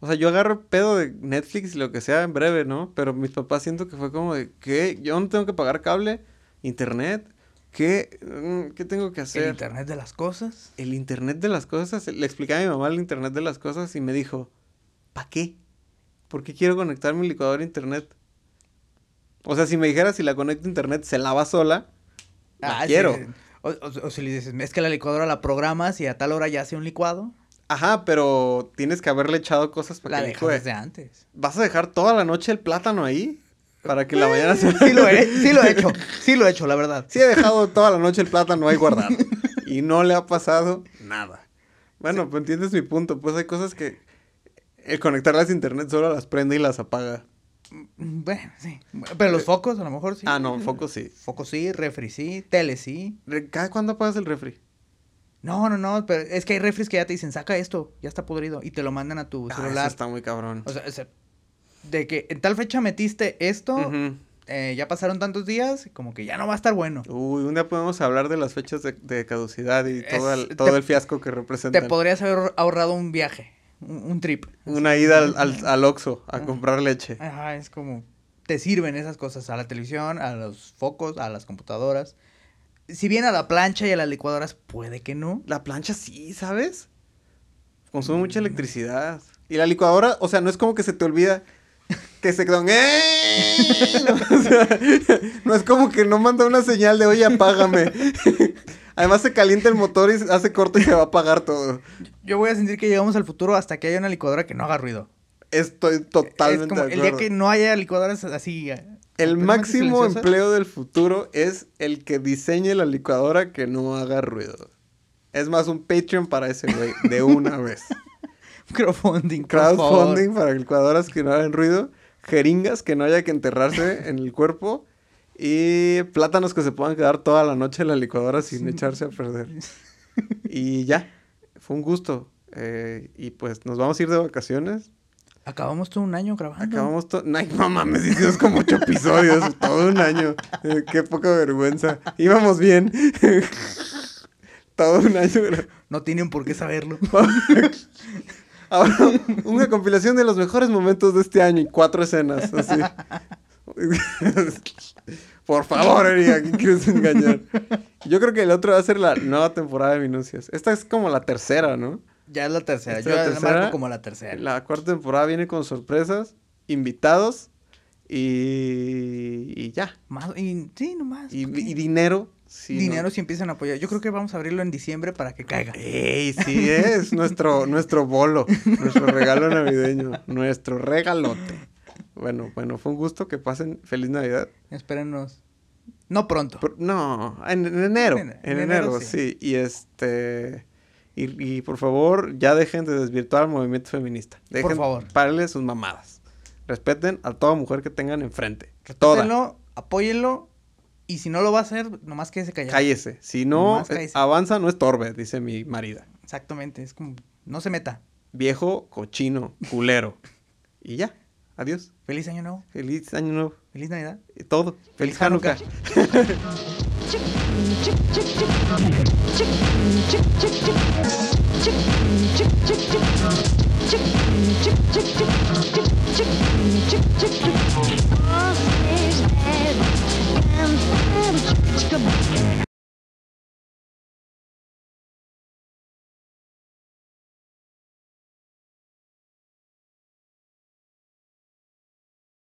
S1: O sea, yo agarro el pedo de Netflix y lo que sea en breve, ¿no? Pero mis papás siento que fue como de, ¿qué? ¿Yo no tengo que pagar cable? ¿Internet? ¿Qué? Mm, ¿Qué tengo que hacer?
S2: El Internet de las cosas.
S1: el internet de las cosas, le expliqué a mi mamá el internet de las cosas y me dijo, ¿para qué? ¿Por qué quiero conectar mi licuadora a internet? O sea, si me dijera si la conecto a internet se lava sola, la
S2: Ah, sí,
S1: quiero.
S2: sí. O, o- o si le dices, es que la licuadora la programas y a tal hora ya hace un licuado,
S1: Ajá, pero tienes que haberle echado cosas para
S2: la
S1: que E.
S2: dejas
S1: licúe.
S2: desde antes.
S1: ¿Vas a dejar toda la noche el plátano ahí? Para
S2: Eh,
S1: que la mañana se...
S2: Sí lo, he, sí lo he hecho, sí lo he hecho, la verdad.
S1: Sí he dejado toda la noche el plátano ahí guardado. y no le ha pasado nada. Bueno, pues entiendes mi punto. Pues hay cosas que el conectarlas a internet solo las prende y las apaga.
S2: Bueno, sí. Pero los focos, a lo mejor sí.
S1: Ah, no, foco sí.
S2: Focos sí, refri sí, tele sí.
S1: Re- ¿Cada cuándo apagas el refri?
S2: No, no, no, pero es que hay refres que ya te dicen, saca esto, ya está podrido, y te lo mandan a tu
S1: Ah, eso
S2: celular.
S1: está muy cabrón.
S2: O sea, o sea, de que en tal fecha metiste esto,
S1: Ujú.
S2: eh, ya pasaron tantos días, como que ya no va a estar bueno.
S1: Uy, un día podemos hablar de las fechas de, de caducidad y todo,
S2: Es-
S1: el, todo
S2: te-
S1: el fiasco que representa.
S2: Te podrías haber ahorrado un viaje, un, un trip.
S1: Una ida al, al, al Oxxo a comprar leche.
S2: Ajá, es como, te sirven esas cosas a la televisión, a los focos, a las computadoras. Si bien a la plancha y a las licuadoras, puede que no.
S1: La plancha sí, ¿sabes? Consume mucha electricidad. Mm. Y la licuadora, o sea, no es como que se te olvida que se quedó. en- O sea, no es como que no manda una señal de oye, apágame. Además se calienta el motor y hace corto y se va a apagar todo.
S2: Yo voy a sentir que llegamos al futuro hasta que haya una licuadora que no haga ruido.
S1: Estoy totalmente
S2: es como
S1: de
S2: el día
S1: acuerdo.
S2: que no haya licuadoras así. eh,
S1: El
S2: completamente
S1: máximo
S2: silenciosas.
S1: empleo del futuro es el que diseñe la licuadora que no haga ruido. Es más, un Patreon para ese güey, de una vez.
S2: Crowdfunding. por favor.
S1: Crowdfunding para licuadoras que no hagan ruido, jeringas que no haya que enterrarse en el cuerpo y plátanos que se puedan quedar toda la noche en la licuadora sin echarse a perder. Y ya, fue un gusto. Eh, y pues nos vamos a ir de vacaciones.
S2: Acabamos todo un año grabando.
S1: Acabamos todo. Ay, no mames, hicimos como ocho episodios, todo un año. Eh, qué poca vergüenza. Íbamos bien. todo un año. gra-
S2: No tienen por qué saberlo.
S1: Ahora, una compilación de los mejores momentos de este año y cuatro escenas, así. Por favor, Eri, ¿a quién quieres engañar? Yo creo que el otro va a ser la nueva temporada de Minucias. Esta es como la tercera, ¿no?
S2: ya es la tercera.
S1: Esta es
S2: Yo la
S1: la tercera.
S2: marco como la tercera.
S1: La cuarta temporada viene con sorpresas, invitados y, y ya.
S2: Más, y, sí, nomás.
S1: Y,
S2: ¿por qué?
S1: y dinero. sí, ¿no?
S2: Dinero si empiezan a apoyar. Yo creo que vamos a abrirlo en diciembre para que caiga.
S1: ¡Ey! Sí es nuestro, nuestro bolo, nuestro regalo navideño, nuestro regalote. Bueno, bueno, fue un gusto que pasen feliz Navidad.
S2: Espérenos. No pronto.
S1: Por- no, en, en enero,
S2: En-
S1: en,
S2: en
S1: enero,
S2: enero, sí.
S1: sí. Y este, y, y por favor, ya dejen de desvirtuar el movimiento feminista. Dejen,
S2: favor.
S1: párenle sus mamadas. Respeten a toda mujer que tengan enfrente. Toda.
S2: Respétenlo, apóyenlo. Y si no lo va a hacer, nomás quédese callado.
S1: Cállese. Si no,
S2: Nomás cállese.
S1: eh, avanza, no estorbe, dice mi marida.
S2: Exactamente. Es como, no se meta.
S1: Viejo, cochino, culero. y ya. Adiós.
S2: Feliz año nuevo.
S1: Feliz año nuevo.
S2: Feliz Navidad.
S1: y Todo. Feliz,
S2: Feliz Hanukkah.
S1: Hanukkah.
S3: chick chick chick